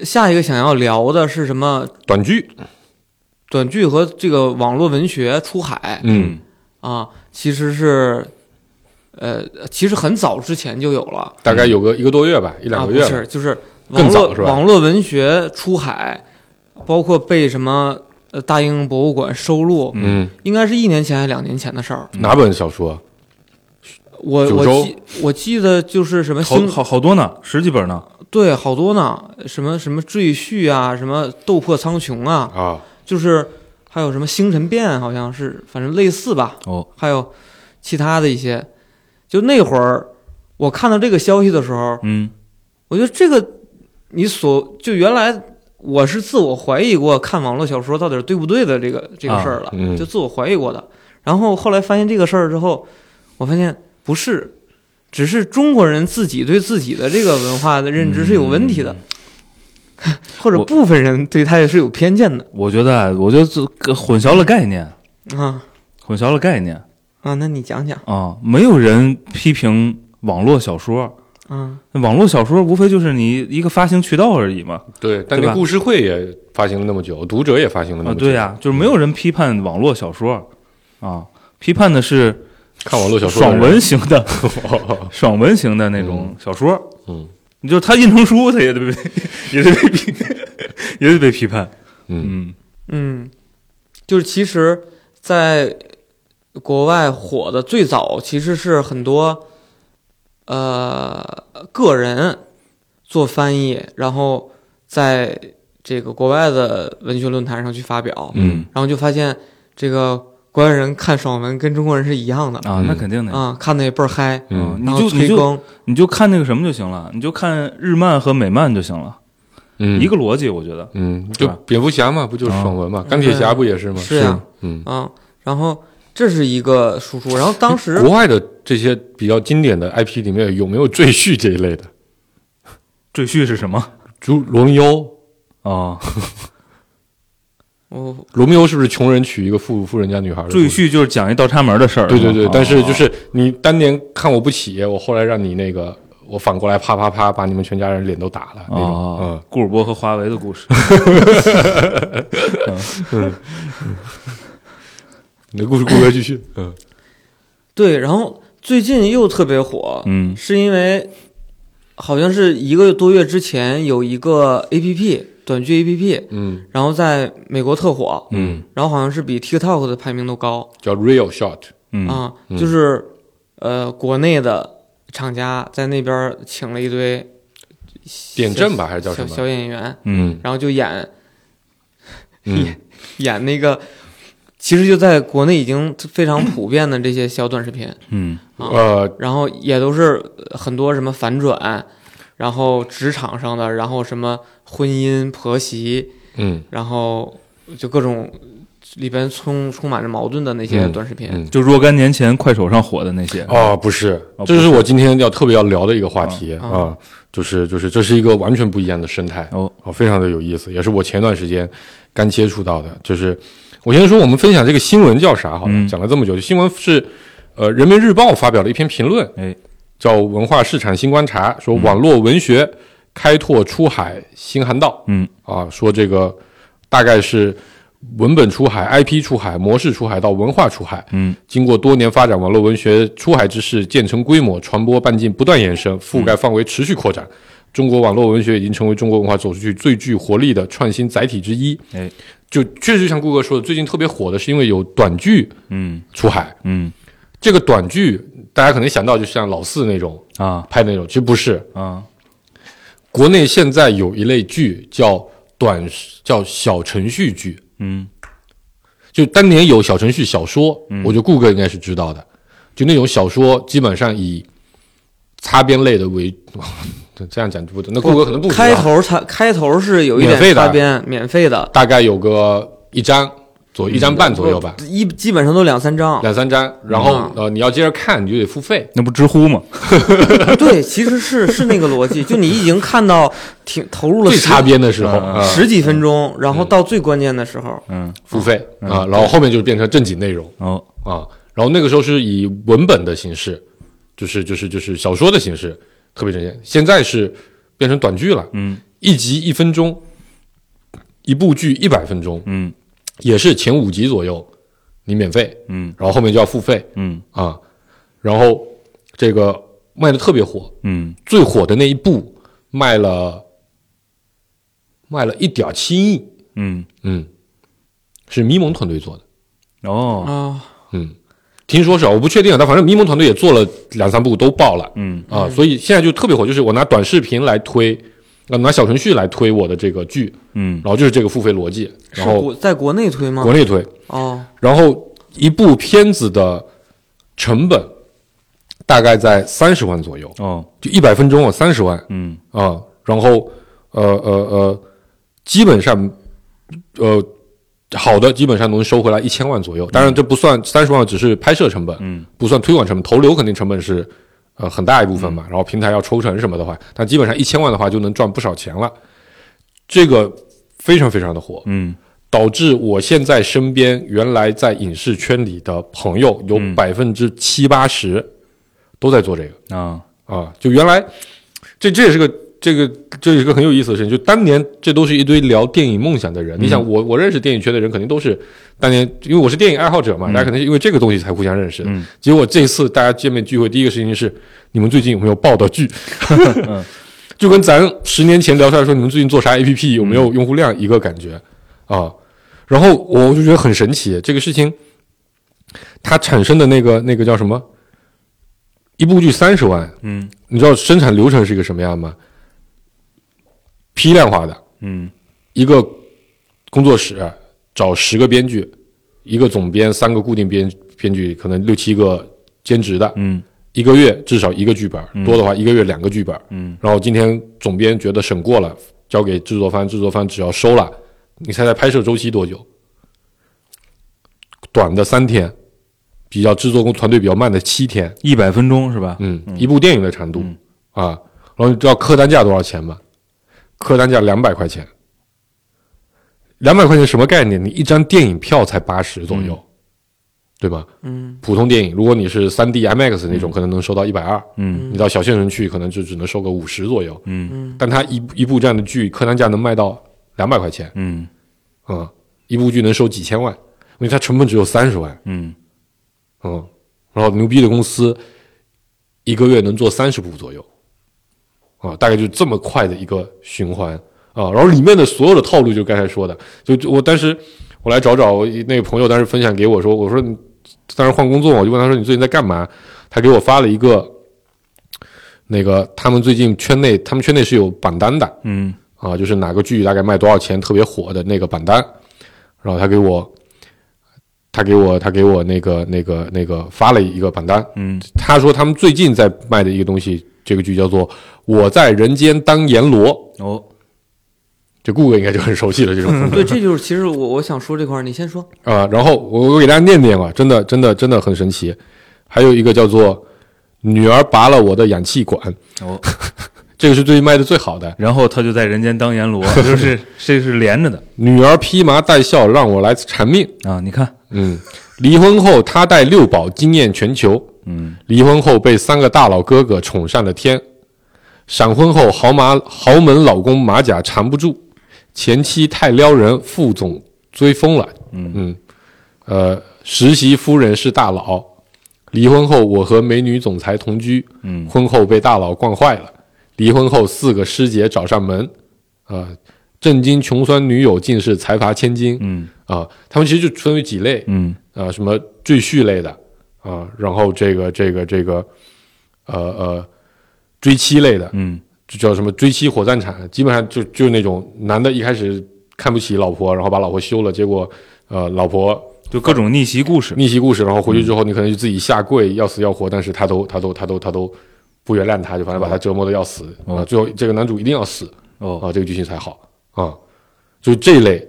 下一个想要聊的是什么？
短剧，
短剧和这个网络文学出海
嗯
啊，其实是，呃，其实很早之前就有了，
大概有个一个多月吧，一两个月
啊、不
吧。
是，就是网
更早
络
是吧
网络文学出海，包括被什么呃大英博物馆收录，
嗯，
应该是一年前还是两年前的事儿。
哪本小说？
我
九
我
州
记我记得就是什么
好
星
好好多呢，十几本呢。
对好多呢，什么什么赘婿啊，什么斗破苍穹啊，
啊，
就是还有什么星辰变，好像是反正类似吧。
哦，
还有其他的一些，就那会儿我看到这个消息的时候，
嗯
我觉得这个你所就原来我是自我怀疑过看网络小说到底是对不对的这个这个事儿了，
嗯
就自我怀疑过的。然后后来发现这个事儿之后，我发现不是，只是中国人自己对自己的这个文化的认知是有问题的， 或者
我
部分人对它也是有偏见的
我觉得啊，我觉得这混淆了概念，
啊
混淆了概念
啊！那你讲讲
啊！没有人批评网络小说，
啊，
网络小说无非就是你一个发行渠道而已嘛。
对，但
对
那
吧
故事会也发行了那么久，读者也发行了那
啊，
么
哦
久。
对呀、就是没有人批判网络小说啊，批判的是
看网络小说的
爽
人
文型的、 爽文型的那种小说。
嗯
你就他印成书，他也得被 也得被批，也得被批判。
嗯
嗯
嗯，就是其实，在国外火的最早其实是很多呃个人做翻译，然后在这个国外的文学论坛上去发表，
嗯
然后就发现这个国外人看爽文跟中国人是一样的
啊，那肯定的。
啊、看的也倍儿嗨，
嗯
你
然后
就你
推
就
更，
你就看那个什么就行了，你就看日漫和美漫就行了，
嗯，
一个逻辑，我觉得。
嗯，就
对吧
蝙蝠侠嘛，不就是爽文嘛？钢铁侠不也是吗？
哦嗯是呀、
嗯，
啊，然后这是一个输出，然后当
哎
时
国外的这些比较经典的 IP 里面有没有赘婿这一类的？
赘婿是什么？
如罗密欧，
啊，
我
罗密欧是不是穷人娶一个富富人家女孩的故
赘
事？
婿就是讲一倒插门的事儿。
对对对，
哦
啊
但是就是你当年看我不起，我后来让你那个，我反过来啪啪啪把你们全家人脸都打了那
哦
种。
啊
嗯，，
顾尔波和华为的故 事。
你的故事顾哥继续。 嗯
对，然后最近又特别火，
嗯
是因为好像是一个多月之前有一个 A P P 短剧 A P P，
嗯
然后在美国特火，
嗯，
然后好像是比 TikTok 的排名都高
叫 Real Shot。
嗯
啊，就是呃国内的厂家在那边请了一堆
点阵吧还是叫
小
什么
小演员，
嗯
嗯
然后就演
嗯
演那个。其实就在国内已经非常普遍的这些小短视频，
嗯，
呃，
然后也都是呃很多什么反转，然后职场上的，然后什么婚姻、婆媳，
嗯，
然后就各种里边充充满着矛盾的那些
嗯
短视频。
嗯
就若干年前快手上火的那些，
哦，不是，
不
这是我今天要特别要聊的一个话题啊、
啊
就是就是这是一个完全不一样的生态啊
哦
非常的有意思，也是我前段时间刚接触到的。就是我先说我们分享这个新闻叫啥好了，
嗯
讲了这么久，新闻是呃《人民日报》发表了一篇评论，
哎，嗯
叫《文化市场新观察》，说网络文学开拓出海新航道，
嗯
啊，说这个大概是。文本出海、IP 出海、模式出海到文化出海，
嗯，
经过多年发展，网络文学出海之势渐成规模，传播半径不断延伸，覆盖范围持续扩展。中国网络文学已经成为中国文化走出去最具活力的创新载体之一。
哎，
就确实像顾哥说的，最近特别火的是因为有短剧
嗯
出海。
嗯
这个短剧大家可能想到就像老四那种
啊
拍的那种，其实不是。
啊
国内现在有一类剧叫短叫小程序剧，
嗯
就当年有小程序小说，我觉得顾哥应该是知道的。就那种小说，基本上以擦边类的为， 这样讲就不对。那顾哥可能不知道
开头它开头是有一
免费
点
的
擦边，免费的，
大概有个一章左右，一章半左右吧，
一基本上都两三张。
两三章。然后呃，你要接着看，你就得付费。
那不知乎吗？
啊对，其实是是那个逻辑，就你已经看到挺投入了
最
十
擦边的时候，
嗯
啊
十几分钟，然后
嗯
到最关键的时候，
嗯
付费啊，然后后面就变成正经内容
哦
啊。然后那个时候是以文本的形式，就是就是就是小说的形式，特别正经。现在是变成短剧了，
嗯
一集一分钟，一部剧一百分钟，
嗯
也是前五集左右你免费，
嗯
然后后面就要付费
嗯
啊。然后这个卖的特别火，
嗯
最火的那一部卖了卖了一点七亿，
嗯
嗯，是咪蒙团队做的，
哦
啊，
嗯，听说是啊，我不确定啊，但反正咪蒙团队也做了两三部都爆了，
嗯
啊，所以现在就特别火，就是我拿短视频来推，啊，拿小程序来推我的这个剧，
嗯
然后就是这个付费逻辑，
是
然后
国在国内推吗
国？内推，
哦，
然后一部片子的成本大概在三十万左右，
哦
就一百分钟哦，三十万
嗯
啊，然后呃呃呃，基本上呃好的基本上能收回来一千万左右，当然这不算三十万只是拍摄成本，
嗯，
不算推广成本，投流肯定成本是呃很大一部分嘛，然后平台要抽成什么的话，但基本上一千万的话就能赚不少钱了，这个非常非常的火，
嗯
导致我现在身边原来在影视圈里的朋友有百分之七八十都在做这个
啊
啊，就原来这这也是个这个这也是个很有意思的事情，就当年这都是一堆聊电影梦想的人，你想我我认识电影圈的人肯定都是当年因为我是电影爱好者嘛，大家肯定是因为这个东西才互相认识的。
嗯
结果这次大家见面聚会，第一个事情是你们最近有没有报的剧？ 就跟咱十年前聊出来说你们最近做啥 APP 有没有用户量一个感觉啊。然后我就觉得很神奇，这个事情它产生的那个那个叫什么？一部剧三十万，
嗯
你知道生产流程是一个什么样吗？批量化的，
嗯
一个工作室找十个编剧，一个总编，三个固定编编剧，可能六七个兼职的，
嗯
一个月至少一个剧本，多的话一个月两个剧本。
嗯，
然后今天总编觉得审过了，交给制作方，制作方只要收了，你猜猜拍摄周期多久？短的三天，比较制作工团队比较慢的七天，
一百分钟是吧？
嗯，一部电影的长度、啊。然后你知道客单价多少钱吗？客单价两百块钱，两百块钱什么概念？你一张电影票才八十左右，对吧？
嗯，
普通电影，如果你是三 D IMAX 那种，可能能收到一百二。
嗯
你到小县城去，可能就只能收个五十左右。
嗯
但它一一部这样的剧，客单价能卖到两百块钱，
嗯
嗯，一部剧能收几千万，因为它成本只有三十万，
嗯
嗯，然后牛逼的公司一个月能做三十部左右，啊，大概就这么快的一个循环啊，然后里面的所有的套路，就刚才说的，就就我当时我来找找我那个朋友，当时分享给我说，我说你当时换工作嘛，我就问他说你最近在干嘛？他给我发了一个那个他们最近圈内，他们圈内是有榜单的，
嗯
啊，就是哪个剧大概卖多少钱特别火的那个榜单，然后他给我，他给我他给我那个那个那个发了一个榜单，
嗯，
他说他们最近在卖的一个东西，这个剧叫做《我在人间当阎罗》，
哦，
这顾哥应该就很熟悉了这种风格。
对，这就是其实我我想说这块儿，你先说。
啊、然后我我给大家念念吧，真的真的真的很神奇。还有一个叫做“女儿拔了我的氧气管”，
哦，
这个是最近卖的最好的。
然后他就在人间当阎罗，就是这是连着的
女儿披麻戴孝让我来缠命，
啊！你看，
嗯，离婚后她带六宝惊艳全球，
嗯，
离婚后被三个大佬哥哥宠上了天，闪婚后豪马豪门老公马甲缠不住，前妻太撩人，副总追疯了。嗯呃，实习夫人是大佬，离婚后我和美女总裁同居，
嗯
婚后被大佬惯坏了，离婚后四个师姐找上门，呃，震惊穷酸女友竟是财阀千金。
嗯
啊、他们其实就分为几类，
嗯
啊，什么赘婿类的啊，然后这个这个这个，呃呃，追妻类的，
嗯
就叫什么追妻火葬场，基本上就就那种男的一开始看不起老婆，然后把老婆休了，结果呃老婆
就各种逆袭故事，
逆袭故事，然后回去之后你可能就自己下跪要死要活，但是他都他都他都他都不原谅他，就反正把他折磨的要死啊，最后这个男主一定要死
哦，
啊，这个剧情才好啊，就这一类。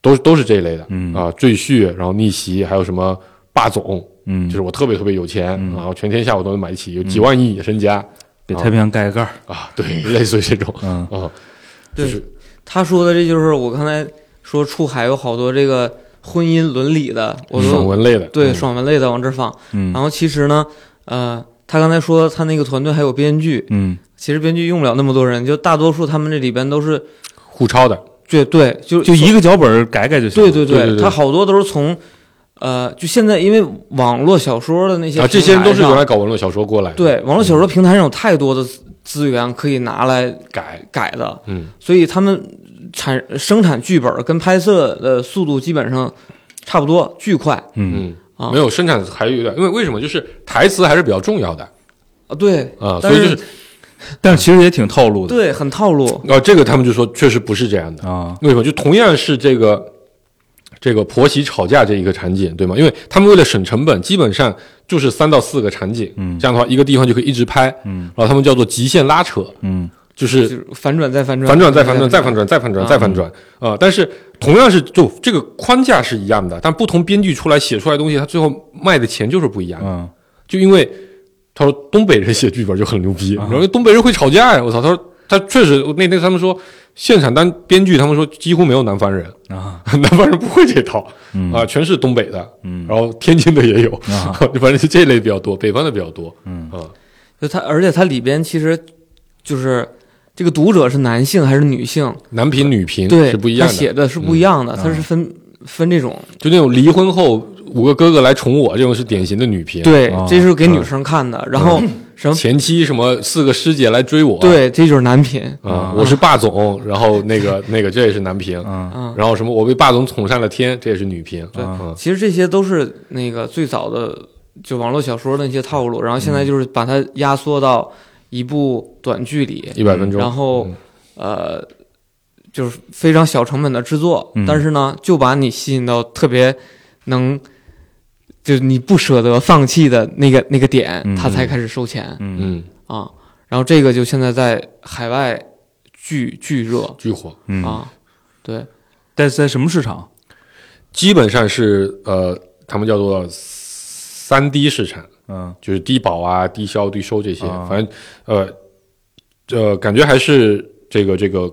都都是这一类的，
嗯
啊，赘婿，然后逆袭，还有什么霸总，
嗯，
就是我特别特别有钱，
嗯
然后全天下我都能买得起，有几万亿身家
给太平洋盖个盖儿，
啊，对， 类似于这种，
嗯
啊，
对
就是
他说的这就是我刚才说出海有好多这个婚姻伦理的，我都
爽文类的，
对
嗯
爽文类的往这儿放。
嗯
然后其实呢，呃，他刚才说他那个团队还有编剧，
嗯
其实编剧用不了那么多人，就大多数他们这里边都是
互抄的，
对对，就
就一个脚本儿改改就行
对
了，
对
对对对
他好多都是从呃，就现在因为网络小说的那些
啊，这些人都是
平台
原
上
来搞文绉小说过来的，
对网络小说平台上有太多的资资源可以拿来
改，
改的，
嗯，
所以他们产生产剧本跟拍摄的速度基本上差不多，巨快
嗯
嗯
啊，
没有生产还有一点，因为为什么就是台词还是比较重要的
啊，对
啊，所
但
以
是
就是
但其实也挺套路的
对很套路，
啊，这个他们就说确实不是这样的，
啊，
为什么？就同样是这个这个婆媳吵架这一个场景，对吗？因为他们为了省成本，基本上就是三到四个场景，嗯，这样的话一个地方就可以一直拍，嗯，然后他们叫做极限拉扯，
嗯
就是
就是反转再反转，
呃反转再反转再反
转，
转再反转再反转啊、但是同样是就这个框架是一样的，但不同编剧出来写出来的东西，他最后卖的钱就是不一样的。
嗯
就因为他说东北人写剧本就很牛逼，然后东北人会吵架呀，哎我操！他说他确实那天他们说现场当编剧，他们说几乎没有南方人，
啊
南方人不会这套
嗯
啊，全是东北的，
嗯
然后天津的也有，
啊
就 反正是这类比较多，北方的比较多，
嗯
啊，
就它而且它里边其实就是这个读者是男性还是女性，
男频女频
对，
嗯是不一样
它
的嗯
写。的是不一样的，它是分分这种，
就那种离婚后五个哥哥来宠我，这种是典型的女频。，
对
哦，
这
嗯
是给女生看的，然后什 么
前妻什么四个师姐来追我，
对，这就是男频
啊，我是霸总，然后那个那个这也是男频，
嗯
啊。
然后什么我被霸总宠上了天，这也是女频。
对
嗯
其实这些都是那个最早的就网络小说的那些套路，然后现在就是把它压缩到一部短剧里，
一百分钟，
然后
嗯
呃，就是非常小成本的制作，
嗯
但是呢，就把你吸引到特别能，就是你不舍得放弃的那个那个点，
嗯
他才开始收钱
嗯
嗯，
啊。然后这个就现在在海外巨巨热
巨火，
嗯，
啊，对，
但是在什么市场？
基本上是呃，他们叫做三低市场，
嗯
就是低保啊、低消、低收这些，
啊
反正呃呃，感觉还是这个这个，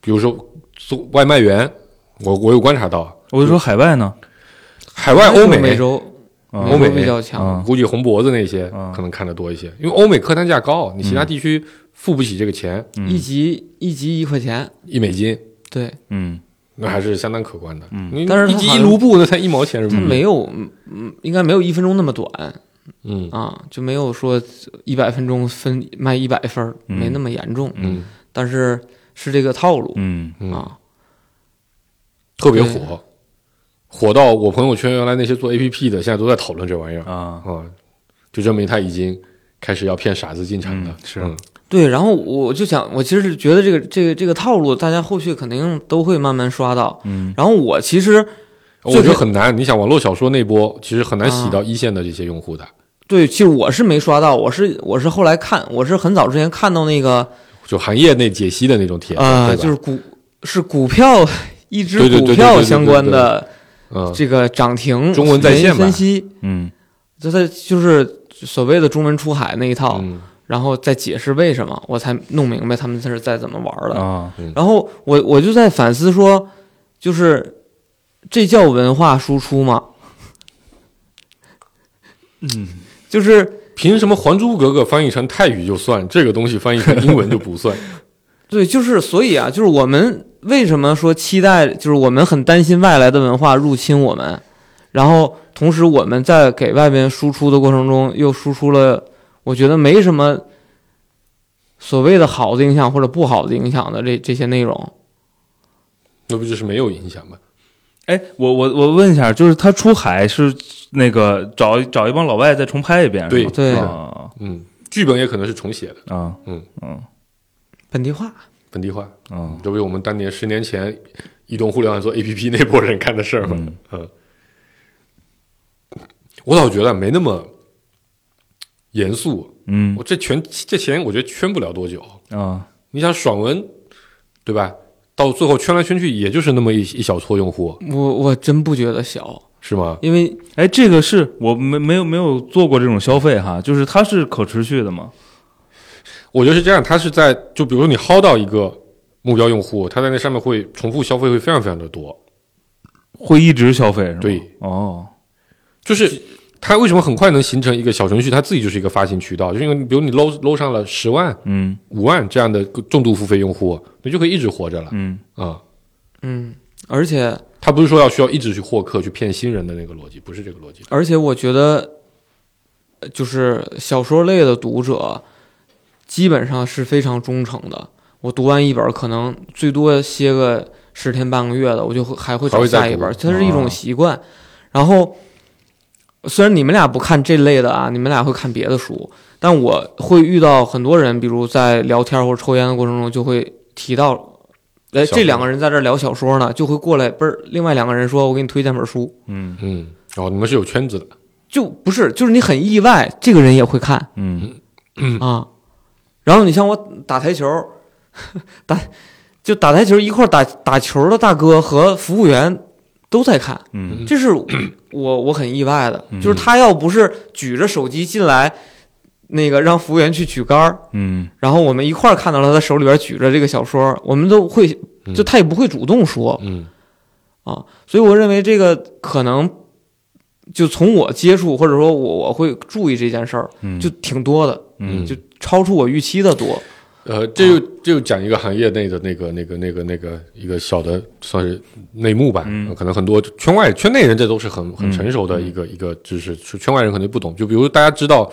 比如说做外卖员，我我有观察到，
我就说海外呢，
海外欧美
美洲
啊
欧美
比较强，
啊
估计红脖子那些
啊
可能看的多一些，因为欧美客单价高，你其
嗯
他地区付不起这个钱，
一集一集一块钱，
一美金
对，
嗯
那还是相当可观的。嗯
但是
一
它
集
好
一
像
卢布那才一毛钱人
它
民
没
币，
有，嗯嗯，应该没有一分钟那么短
嗯
啊，就没有说一百分钟分卖一百分儿，没那么严重，
嗯
但是是这个套路、
嗯
嗯，
啊，
特别火，火到我朋友圈原来那些做 APP 的现在都在讨论这玩意儿
啊
啊，就证明他已经开始要骗傻子进场了
嗯。是
嗯
对。然后我就想，我其实是觉得这个这个这个套路，大家后续肯定都会慢慢刷到。
嗯
然后我其实
我觉得很难。你想，网络小说那波其实很难洗到一线的这些用户的。
对，其实我是没刷到，我是我是后来看，我是很早之前看到那个
就行业内解析的那种帖子，
啊、
对吧
就是股是股票 一只
对对对
股
对对
票
对
相关的
嗯，
这个涨停
中文在
原因
线吧
分析，
嗯，
就在就是所谓的中文出海那一套，
嗯
然后再解释为什么，我才弄明白他们这是在怎么玩的。
啊，
然后我我就在反思说，就是这叫文化输出吗？嗯，就是
凭什么《还珠格格》翻译成泰语就算，这个东西翻译成英文就不算？
对，就是所以啊，就是我们为什么说期待，就是我们很担心外来的文化入侵我们，然后同时我们在给外边输出的过程中，又输出了我觉得没什么所谓的好的影响或者不好的影响的这这些内容。
那不就是没有影响吗？
哎，我我我问一下，就是他出海是那个找找一帮老外再重拍一遍，是吗
对对
啊
嗯，剧本也可能是重写的，
啊
嗯
嗯
本地化，
本地化，
嗯
这不是我们当年十年前移动互联网做 APP 那波人干的事儿吗？嗯我倒觉得没那么严肃，
嗯
我这圈这钱我觉得圈不了多久。
啊
你想爽文，对吧？到最后圈来圈去，也就是那么一一小撮用户，
我我真不觉得小，
是吗？
因为
哎，这个是我没没有没有做过这种消费哈，就是它是可持续的嘛？
我觉得是这样，它是在就比如说你薅到一个目标用户，他在那上面会重复消费会非常非常的多，
会一直消费是吗？
对，
哦，
就是。它为什么很快能形成一个小程序？它自己就是一个发行渠道，就是因为比如你搂搂上了十万、
嗯
五万这样的重度付费用户，你就可以一直活着了
嗯
啊、
嗯，而且
它不是说要需要一直去获客、去骗新人的那个逻辑，不是这个逻辑。
而且我觉得，呃就是小说类的读者，基本上是非常忠诚的。我读完一本，可能最多歇个十天半个月的，我就会还会
还
找
会再
下一
读
本，它是一种
啊
习惯。然后，虽然你们俩不看这类的啊，你们俩会看别的书，但我会遇到很多人，比如在聊天或者抽烟的过程中，就会提到。哎，
小
这
说
两个人在这儿聊小说呢，就会过来，嘣儿，另外两个人说：“我给你推荐本书。”
嗯
嗯，哦，你们是有圈子的，
就不是，就是你很意外，这个人也会看
嗯
啊。然后你像我打台球， 打就打台球一块儿打打球的大哥和服务员都在看，
嗯
这是我我很意外的，就是他要不是举着手机进来，那个让服务员去举杆儿，
嗯
然后我们一块儿看到了他手里边举着这个小说，我们都会
嗯
就他也不会主动说，
嗯
啊，所以我认为这个可能就从我接触或者说我我会注意这件事儿，
嗯
就挺多的，
嗯，
就超出我预期的多。
呃，这又这又讲一个行业内的那个、那个、那个、那个一个小的算是内幕吧。嗯，可能很多圈外、圈内人这都是很很成熟的一个、一个知识，圈圈外人可能不懂。就比如大家知道，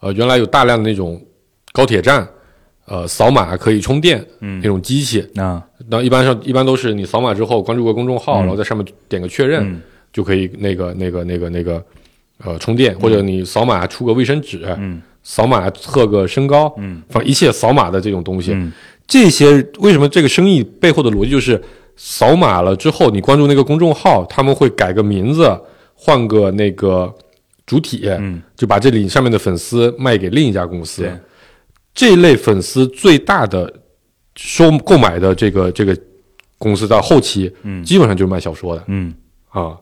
呃，原来有大量的那种高铁站，呃，扫码可以充电、嗯、那种机器，
啊
那一般上一般都是你扫码之后关注个公众号，然后在上面点个确认，
嗯
就可以那个那个那个那个呃充电，或者你扫码出个卫生纸，
嗯
扫码测个身高，
嗯，
反正一切扫码的这种东西，
嗯
这些为什么这个生意背后的逻辑就是扫码了之后，你关注那个公众号，他们会改个名字，换个那个主体，
嗯，
就把这里上面的粉丝卖给另一家公司
对。
这类粉丝最大的收购买的这个这个公司到后期，
嗯
基本上就是卖小说的
嗯
啊，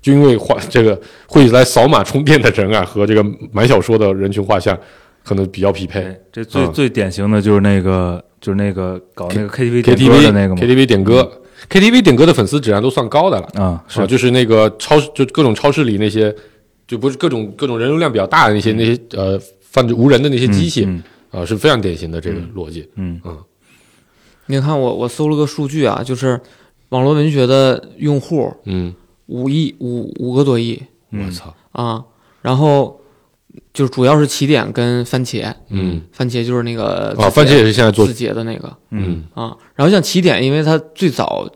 就因为画这个会来扫码充电的人啊， 和这个买小说的人群画像可能比较匹配
哎。，这最
嗯
最典型的就是那个就是那个搞那个 KTV 点歌
KTV
的那个嘛
KTV 点歌、KTV 点歌的粉丝质量都算高的了，
啊
啊，
是
就是那个超市，就各种超市里那些，就不是各种各种人流量比较大的那些、那些呃泛指无人的那些机器啊、
嗯
是非常典型的这个逻辑。
嗯
你看我我搜了个数据啊，就是网络文学的用户
嗯，
五亿五五个多亿
嗯
我操，
啊，然后就主要是起点跟番茄，
嗯
番茄就是那
呃
个
啊，
字
番茄
节
也是现在做
字，节的那个，
嗯
啊，然后像起点，因为它最早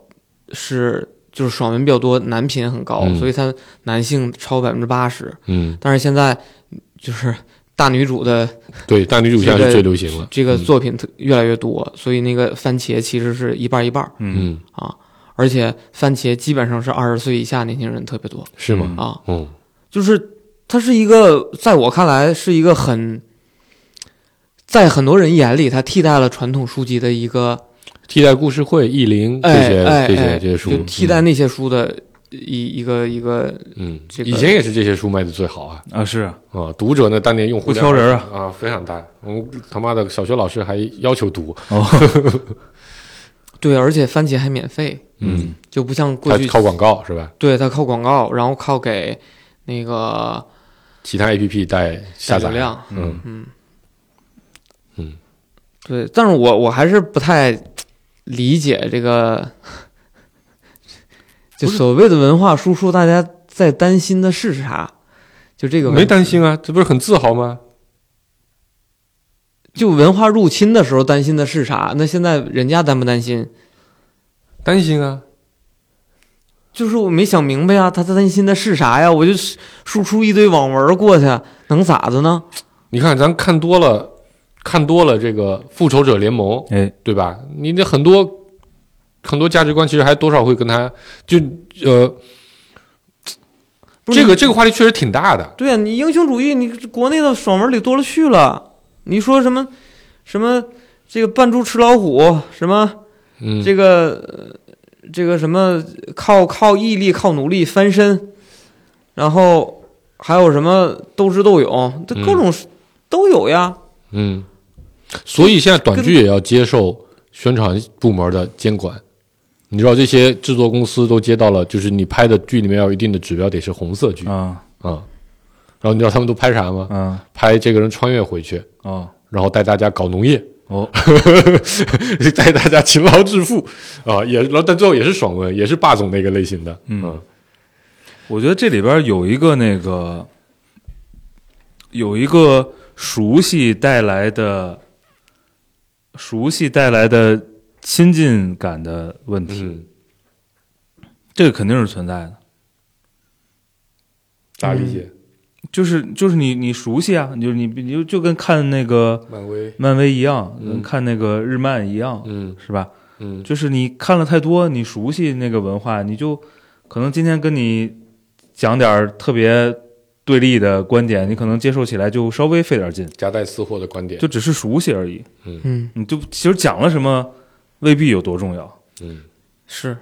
是就是爽文比较多，男频很高，
嗯
所以它男性超百分之八十。
嗯，
但是现在就是大女主的
对，大女主现在是最流行了，嗯
这个作品特越来越多，所以那个番茄其实是一半儿一半儿
嗯
啊。而且番茄基本上是二十岁以下年轻人特别多
是吗？
啊，
嗯，
就是它是一个在我看来是一个很，在很多人眼里，它替代了传统书籍的一个
替代故事会、意林这
哎
些、
哎
这些、
哎
这些书
就，替代那些书的一一个一个
嗯，
这个
以前也是这些书卖的最好啊
啊，是啊
啊！读者呢，当年用户
不挑人啊
啊，非常大。我们他妈的小学老师还要求读，
哦，
对，而且番茄还免费，
嗯，
就不像过
他
去
靠广告是吧？
对它靠广告，然后靠给那个
其他 A P P 带下载
流量，
嗯
对，但是我我还是不太理解这个，就所谓的文化输出，大家在担心的是啥？就这个问
没
题
担心啊，这不是很自豪吗？
就文化入侵的时候担心的是啥？那现在人家担不担心？
担心啊，
就是我没想明白呀、他担心的是啥呀？我就输出一堆网文过去，能咋的呢？
你看咱看多了，看多了这个复仇者联盟，
哎，
对吧？你的很多很多价值观其实还多少会跟他就呃，
不是
这个这个话题确实挺大的，
对呀、你英雄主义，你国内的爽文里多了去了。你说什么什么这个扮猪吃老虎，什么
嗯，
这个呃这个什么靠靠毅力、靠努力翻身，然后还有什么斗智斗勇，这
嗯
各种是都有呀。
嗯，所以现在短剧也要接受宣传部门的监管。你知道这些制作公司都接到了，就是你拍的剧里面要有一定的指标得是红色剧啊、
啊
嗯然后你知道他们都拍啥吗？
啊
拍这个人穿越回去，
哦
然后带大家搞农业，
哦，
带大家勤劳致富啊、也然后但最后也是爽文，也是霸总那个类型的，嗯
我觉得这里边有一个那个有一个熟悉带来的熟悉带来的亲近感的问题，
嗯，
这个肯定是存在的。
咋理解？
就是就是你你熟悉啊，你就是你你就就跟看那个
漫威，
漫威一样，跟
嗯
看那个日漫一样，
嗯
是吧？
嗯
就是你看了太多，你熟悉那个文化，你就可能今天跟你讲点儿特别对立的观点，你可能接受起来就稍微费点劲，
夹带私货的观点，
就只是熟悉而已。
嗯，
你就其实讲了什么未必有多重要。
嗯
是，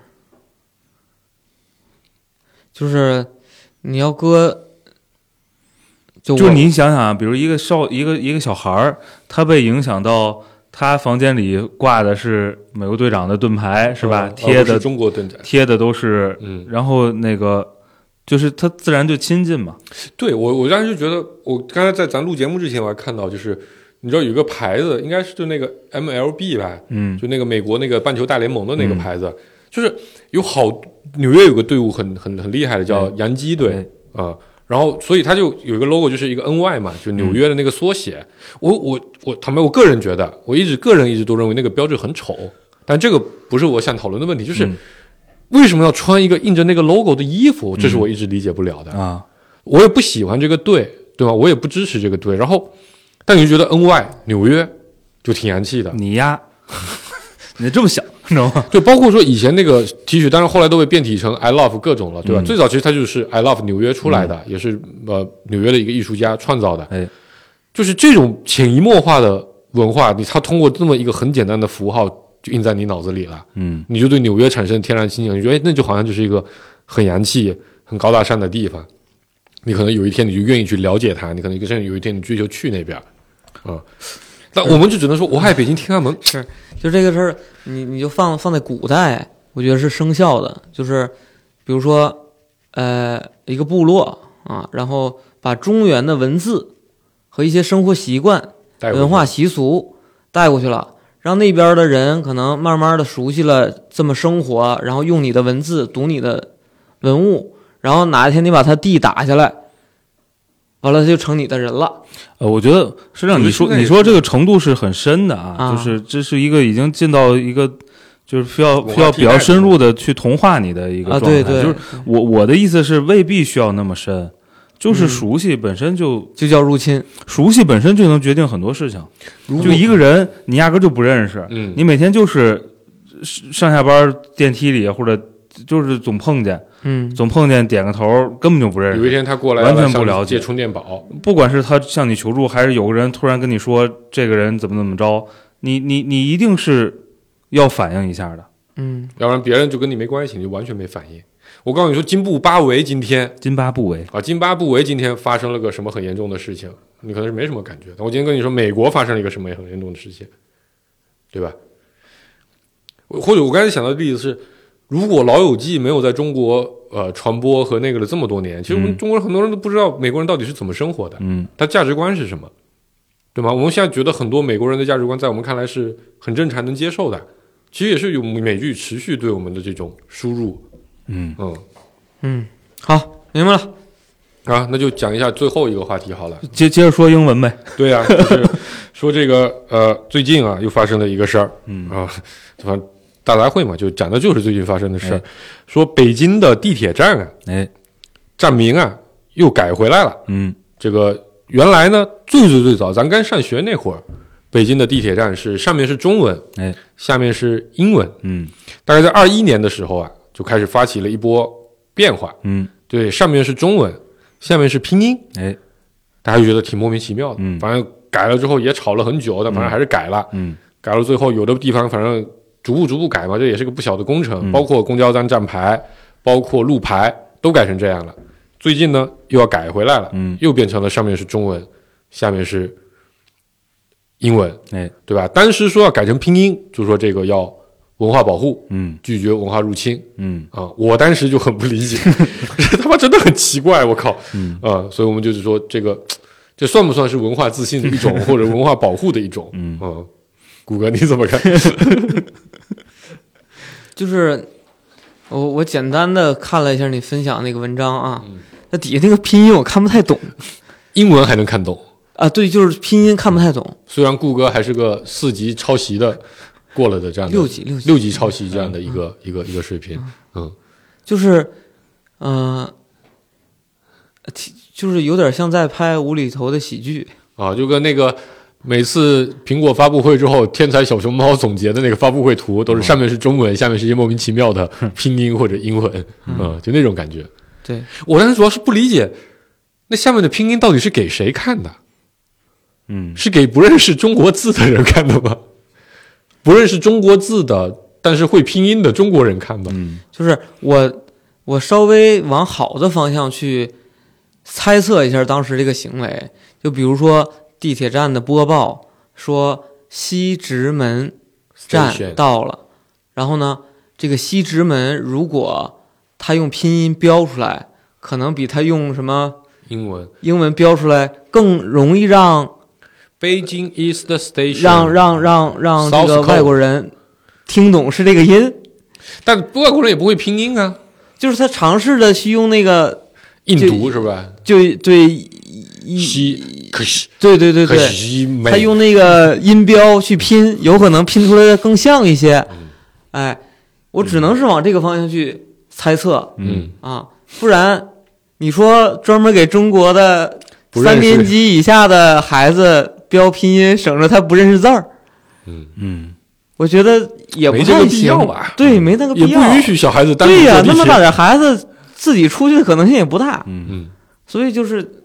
就是你要搁，就
就是
我
你想想啊，比如一个少一个一个小孩儿，他被影响到。他房间里挂的是美国队长的盾牌，是吧？
嗯
贴
而不
的
是中国盾展，
贴的都是，
嗯，
然后那个就是他自然就亲近嘛。
对我，我当时就觉得，我刚才在咱录节目之前，我还看到，就是你知道有一个牌子，应该是就那个 MLB 吧，
嗯
就那个美国那个棒球大联盟的那个
嗯
牌子，就是有好纽约有个队伍很很很厉害
嗯
的，叫洋基队啊、然后所以它就有一个 logo，就是一个 NY 嘛，就纽约的那个缩写。我我我坦白，我个人觉得，我一直个人一直都认为那个标志很丑，但这个不是我想讨论的问题，就是。
嗯
为什么要穿一个印着那个 logo 的衣服？这是我一直理解不了的。
啊，
我也不喜欢这个队，对吧？我也不支持这个队。然后，但你就觉得 N Y 纽约就挺洋气的，
你呀， 你这么想，你知道吗？
对，包括说以前那个 T 恤，当然后来都被变体成 I love 各种了，对吧？
嗯
最早其实它就是 I love 纽约出来的，也是呃纽约的一个艺术家创造的，
哎，
就是这种潜移默化的文化，你它通过这么一个很简单的符号就印在你脑子里了，
嗯，
你就对纽约产生天然亲近，你觉得哎那就好像就是一个很洋气、很高大上的地方。你可能有一天你就愿意去了解它，你可能甚至有一天你追求去那边，啊、但我们就只能说我爱北京天安门，
是就这个事儿，你你就放放在古代，我觉得是生效的。就是比如说，呃，一个部落啊，然后把中原的文字和一些生活习惯
带过去
文化习俗带过去了，让那边的人可能慢慢的熟悉了这么生活，然后用你的文字读你的文物，然后哪一天你把他地打下来，完了就成你的人了。
呃，我觉得实际上你
我觉
说
得现在
你说这个程度是很深的啊，
啊
就是这是一个已经进到一个就是需要
文化
需要
替
比较
代
深入的去同化你的一个
啊
状态，
对对
就是我我的意思是未必需要那么深。就是熟悉本身就、
就叫入侵，
熟悉本身就能决定很多事情，就一个人你压根儿就不认识，
嗯
你每天就是上下班电梯里或者就是总碰见，
嗯，
总碰见点个头，根本就不认
有一
识。
天他过来
完全
向
不
你
了解
借充电宝，
不管是他向你求助，还是有个人突然跟你说这个人怎么怎么着，你你你一定是要反应一下的。
嗯，
要不然别人就跟你没关系，你就完全没反应。我告诉你说，津布巴维今天
津巴布韦，
啊，津巴布韦今天发生了个什么很严重的事情，你可能是没什么感觉。但我今天跟你说，美国发生了一个什么很严重的事情，对吧？我或者我刚才想到的例子是，如果《老友记》没有在中国呃传播和那个了这么多年，其实我们中国人很多人都不知道美国人到底是怎么生活的。
嗯，
他价值观是什么，对吗？我们现在觉得很多美国人的价值观，在我们看来是很正常、能接受的，其实也是有美剧持续对我们的这种输入。
嗯
嗯，
好，明白了，
啊，那就讲一下最后一个话题好了。
接接着说英文呗。
对啊，就是说这个呃，最近啊又发生了一个事儿，
嗯
啊，反正大杂烩嘛，就讲的就是最近发生的事儿。说北京的地铁站啊，
哎，
站名啊又改回来了。
嗯
这个原来呢，最最最早咱刚上学那会儿，北京的地铁站是上面是中文，
哎，
下面是英文。
嗯
大概在二一年的时候啊，就开始发起了一波变化，
嗯，
对，上面是中文，下面是拼音，
哎，
大家就觉得挺莫名其妙的。
嗯
反正改了之后也吵了很久，但反正还是改了。
嗯
改了最后有的地方反正逐步逐步改嘛，这也是个不小的工程，包括公交站站牌，包括路牌都改成这样了。最近呢又要改回来了，
嗯
又变成了上面是中文，下面是英文，
哎，
对吧？当时说要改成拼音，就说这个要文化保护，
嗯
拒绝文化入侵
嗯
啊、我当时就很不理解，这他妈真的很奇怪，我靠，嗯啊、所以我们就是说这个，这算不算是文化自信的一种，或者文化保护的一种？嗯谷歌你怎么看？
就是我我简单的看了一下你分享那个文章啊，那底下那个拼音我看不太懂
英文还能看懂，
啊，对，就是拼音看不太懂，
虽然谷歌还是个四级抄袭的过了的这样的
六级六级
六级抄袭这样的一个、一个一个水平，嗯，
就是，嗯、呃，其就是有点像在拍无厘头的喜剧，
啊，就跟那个每次苹果发布会之后，天才小熊猫总结的那个发布会图，都是上面是中文，下面是一些莫名其妙的拼音或者英文，嗯，就那种感觉。
对，
我当时主要是不理解，那下面的拼音到底是给谁看的？
嗯
是给不认识中国字的人看的吗？不认识中国字的，但是会拼音的中国人看的，
嗯
就是我我稍微往好的方向去猜测一下当时这个行为，就比如说地铁站的播报说西直门站
Station
到了，然后呢，这个西直门如果他用拼音标出来，可能比他用什么
英文。
英文标出来更容易让。
北京 East Station，
让让让让这
South
个
Cone
外国人听懂是这个音，
但外国人也不会拼音啊，
就是他尝试的去用那个
印度是吧？
就对一
西可西
对对对
可
对，
西美，
他用那个音标去拼，有可能拼出来的更像一些。
嗯
哎，我只能是往这个方向去猜测
嗯，
啊，不然你说专门给中国的
不认
三
识
年级以下的孩子标拼音，省着他不认识字儿，
嗯，
我觉得也不
没这个
太
必要
行
吧
对，没那个必
也
要，
不允许小孩子单独
对呀、
坐地
那么
铁
大点孩子自己出去的可能性也不大，
嗯，
所以就是，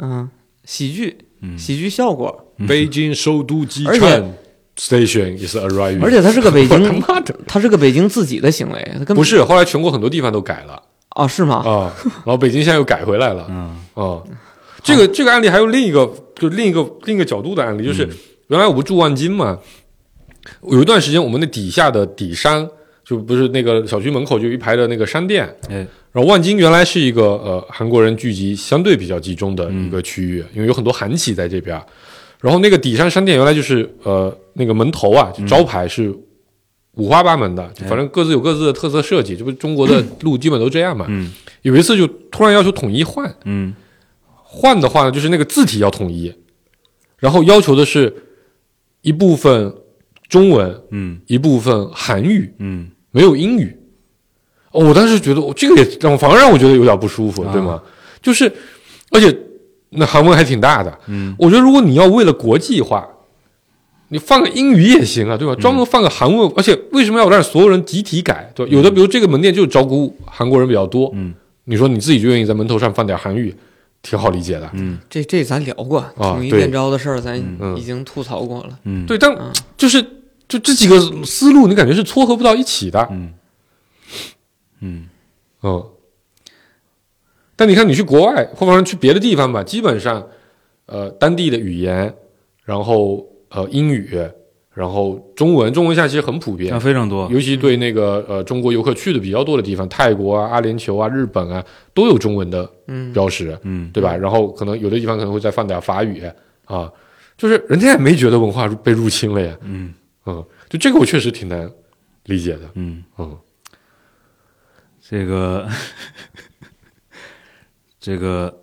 嗯、喜剧，
嗯
喜剧效果，
北京首都机
嗯而且
场 station is arriving。
而且它是个北
嗯我他
京，
妈的
它是个北京自己的行为，它根本
不是，后来全国很多地方都改了
啊，是吗？
啊，然后北京现在又改回来了。
嗯
啊，这个这个案例还有另一个，就另一个另一个角度的案例，就是原来我不住望京嘛，有一段时间我们那底下的底商就不是那个小区门口就有一排的那个商店，
哎，
然后望京原来是一个呃韩国人聚集相对比较集中的一个区域，因为有很多韩企在这边儿。然后那个底山商店原来就是呃那个门头啊，就招牌是五花八门的，就反正各自有各自的特色设计，这不中国的路基本都这样嘛。
嗯
有一次就突然要求统一换，
嗯
换的话呢就是那个字体要统一，然后要求的是一部分中文，
嗯
一部分韩语，
嗯
没有英语。哦，我当时觉得，我、这个也让我反而让我觉得有点不舒
啊
服，对吗？就是，而且那韩文还挺大的。
嗯，
我觉得如果你要为了国际化，你放个英语也行啊，对吧？
嗯
专门放个韩文，而且为什么要让所有人集体改？对吧，有的比如这个门店就招顾韩国人比较多，
嗯，
你说你自己就愿意在门头上放点韩语，挺好理解的，
嗯
这这咱聊过统一
啊对
变招的事儿，咱
嗯
已经吐槽过了。
嗯，
对，但
嗯
就是就这几个思路，你感觉是撮合不到一起的，
嗯嗯
嗯。但你看，你去国外，或者说去别的地方吧，基本上，呃，当地的语言，然后呃英语，然后中文，中文现在其实很普遍
那，非常多，
尤其对那个呃中国游客去的比较多的地方，泰国啊、阿联酋啊、日本啊，都有中文的
嗯，
标识，
嗯
对吧？然后可能有的地方可能会再放点法语啊，就是人家也没觉得文化被入侵了呀，
嗯
嗯，就这个我确实挺难理解的，
嗯，
嗯
这个 这个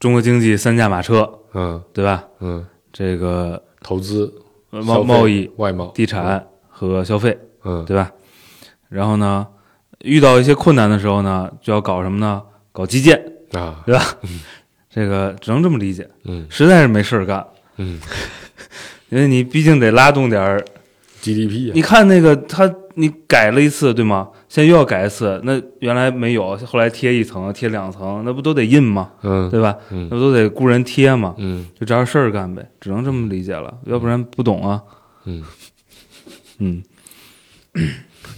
中国经济三驾马车，
嗯
对吧？
嗯，
这个
投资、
呃
消
贸
费
贸易、
外贸、
地，产和消费，
嗯
对吧？然后呢，遇到一些困难的时候呢，就要搞什么呢？搞基建，
啊，
对吧？这个只能这么理解，
嗯
实在是没事儿干，
嗯
因为你毕竟得拉动点儿。
，GDP
你
啊
看那个他，你改了一次，对吗？现在又要改一次，那原来没有，后来贴一层，贴两层，那不都得印吗？
嗯
对吧？那
嗯
不都得雇人贴吗？
嗯
就找点事儿干呗，只能这么理解了，要不然不懂啊。
嗯，
嗯，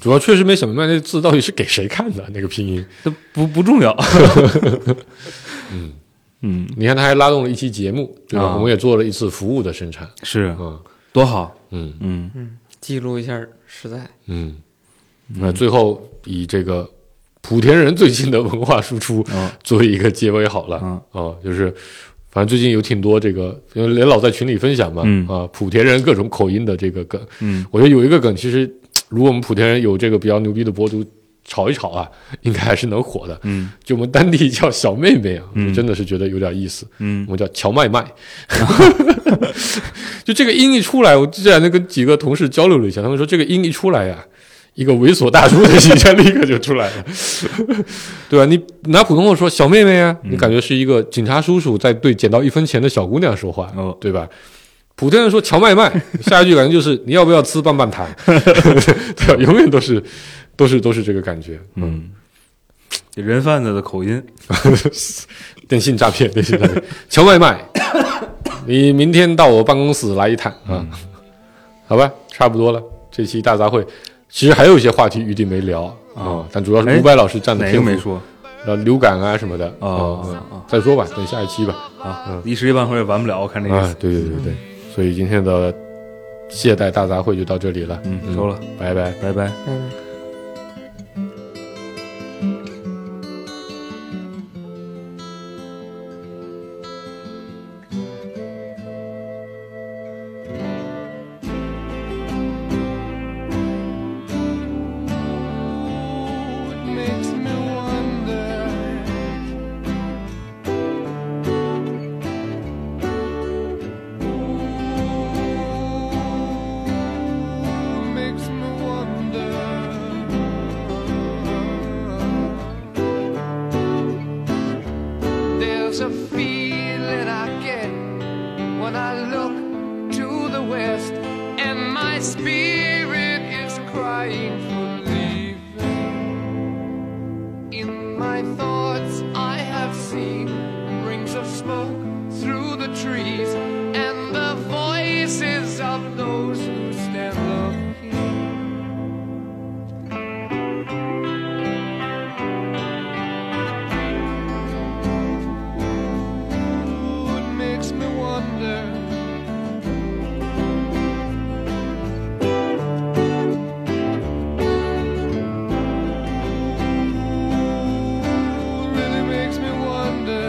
主要确实没想明白那字到底是给谁看的那个拼音，
这不不重要。
嗯
嗯，
你看他还拉动了一期节目，对吧？
啊
我们也做了一次服务的生产，
是
嗯
多好。
嗯
嗯，
记录一下实在。
嗯，那最后以这个莆田人最近的文化输出
嗯
作为一个结尾好了。
嗯
哦，就是反正最近有挺多这个，因为连老在群里分享嘛，
嗯
啊，莆田人各种口音的这个梗，
嗯，
我觉得有一个梗，其实如果我们莆田人有这个比较牛逼的博主。炒一炒啊，应该还是能火的。
嗯，
就我们当地叫小妹妹啊，
嗯
我真的是觉得有点意思。
嗯
我们叫乔麦麦， 就这个音一出来，我之前跟几个同事交流了一下，他们说这个音一出来呀、一个猥琐大叔的形象立刻就出来了， 对啊吧？你拿普通话说小妹妹啊，你感觉是一个警察叔叔在对捡到一分钱的小姑娘说话，
哦
对吧？普通人说乔麦麦，下一句感觉就是你要不要吃棒棒糖， 对吧？永远都是都是都是这个感觉，
嗯，人贩子的口音。
电信诈骗，电信诈骗， 乔 麦麦，你明天到我办公室来一趟
嗯
啊，好吧，差不多了，这期大杂烩，其实还有一些话题余地没聊啊
啊，
但主要是
哎
伍佰老师占的
哪个
篇
没
幅，
说
然后流感啊什么的啊，
哦
嗯
哦
再说吧，等下一期吧，
啊？一时一半会儿也完不了，我看这意
啊
思，。
对对对对，
嗯
所以今天的懈怠大杂烩就到这里了，
嗯，收了，
拜拜。
拜拜。
嗯。
It makes me wonder Ooh, makes me wonder There's a feeling I get when I look to the west and my spirit is crying for leaving in my thoughts, I have seen rings of smoke through the trees and the voices of those who stand looking. Ooh, it makes me wonder. really makes me wonder.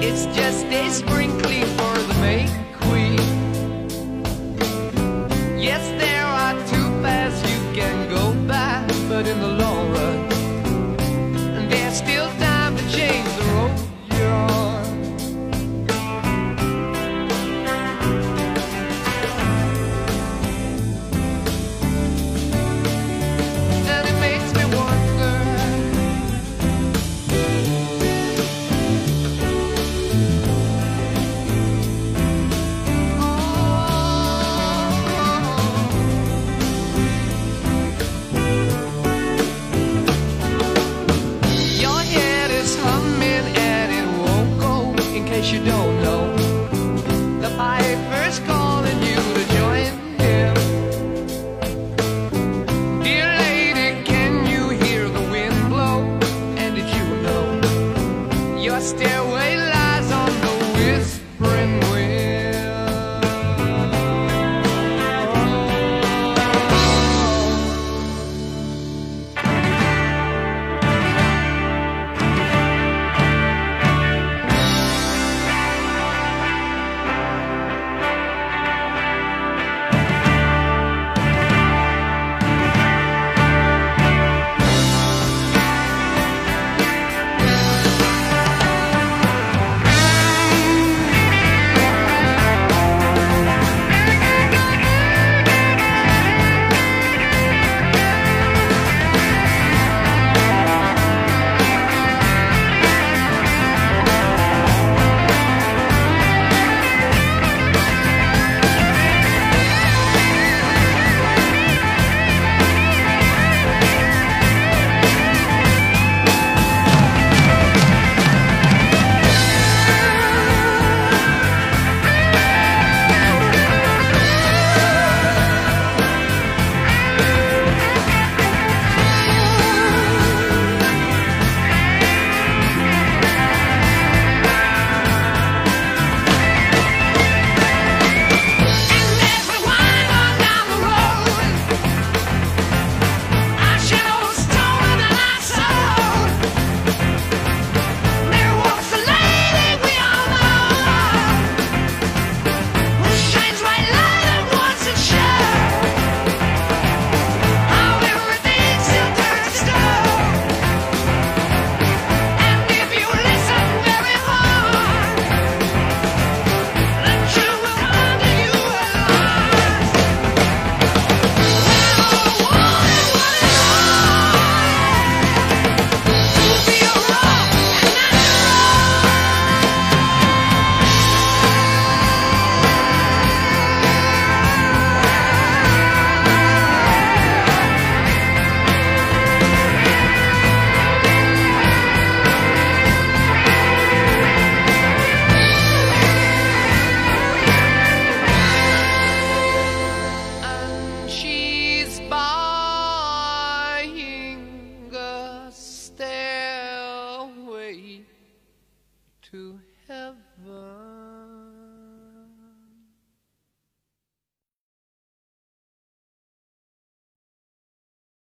It's just a spring clean for the May Queen. Yes, there are two paths you can go by, but in the long run, there's still time to change the road you're on. And it makes me wonder. Oh. Your head is humming and it won't go in case you don't know. The piper's calling you to join him. Dear lady, can you hear the wind blow? And did you know your stairway lies on the whispering wind?
Thank you
and she's buying a stairway to heaven.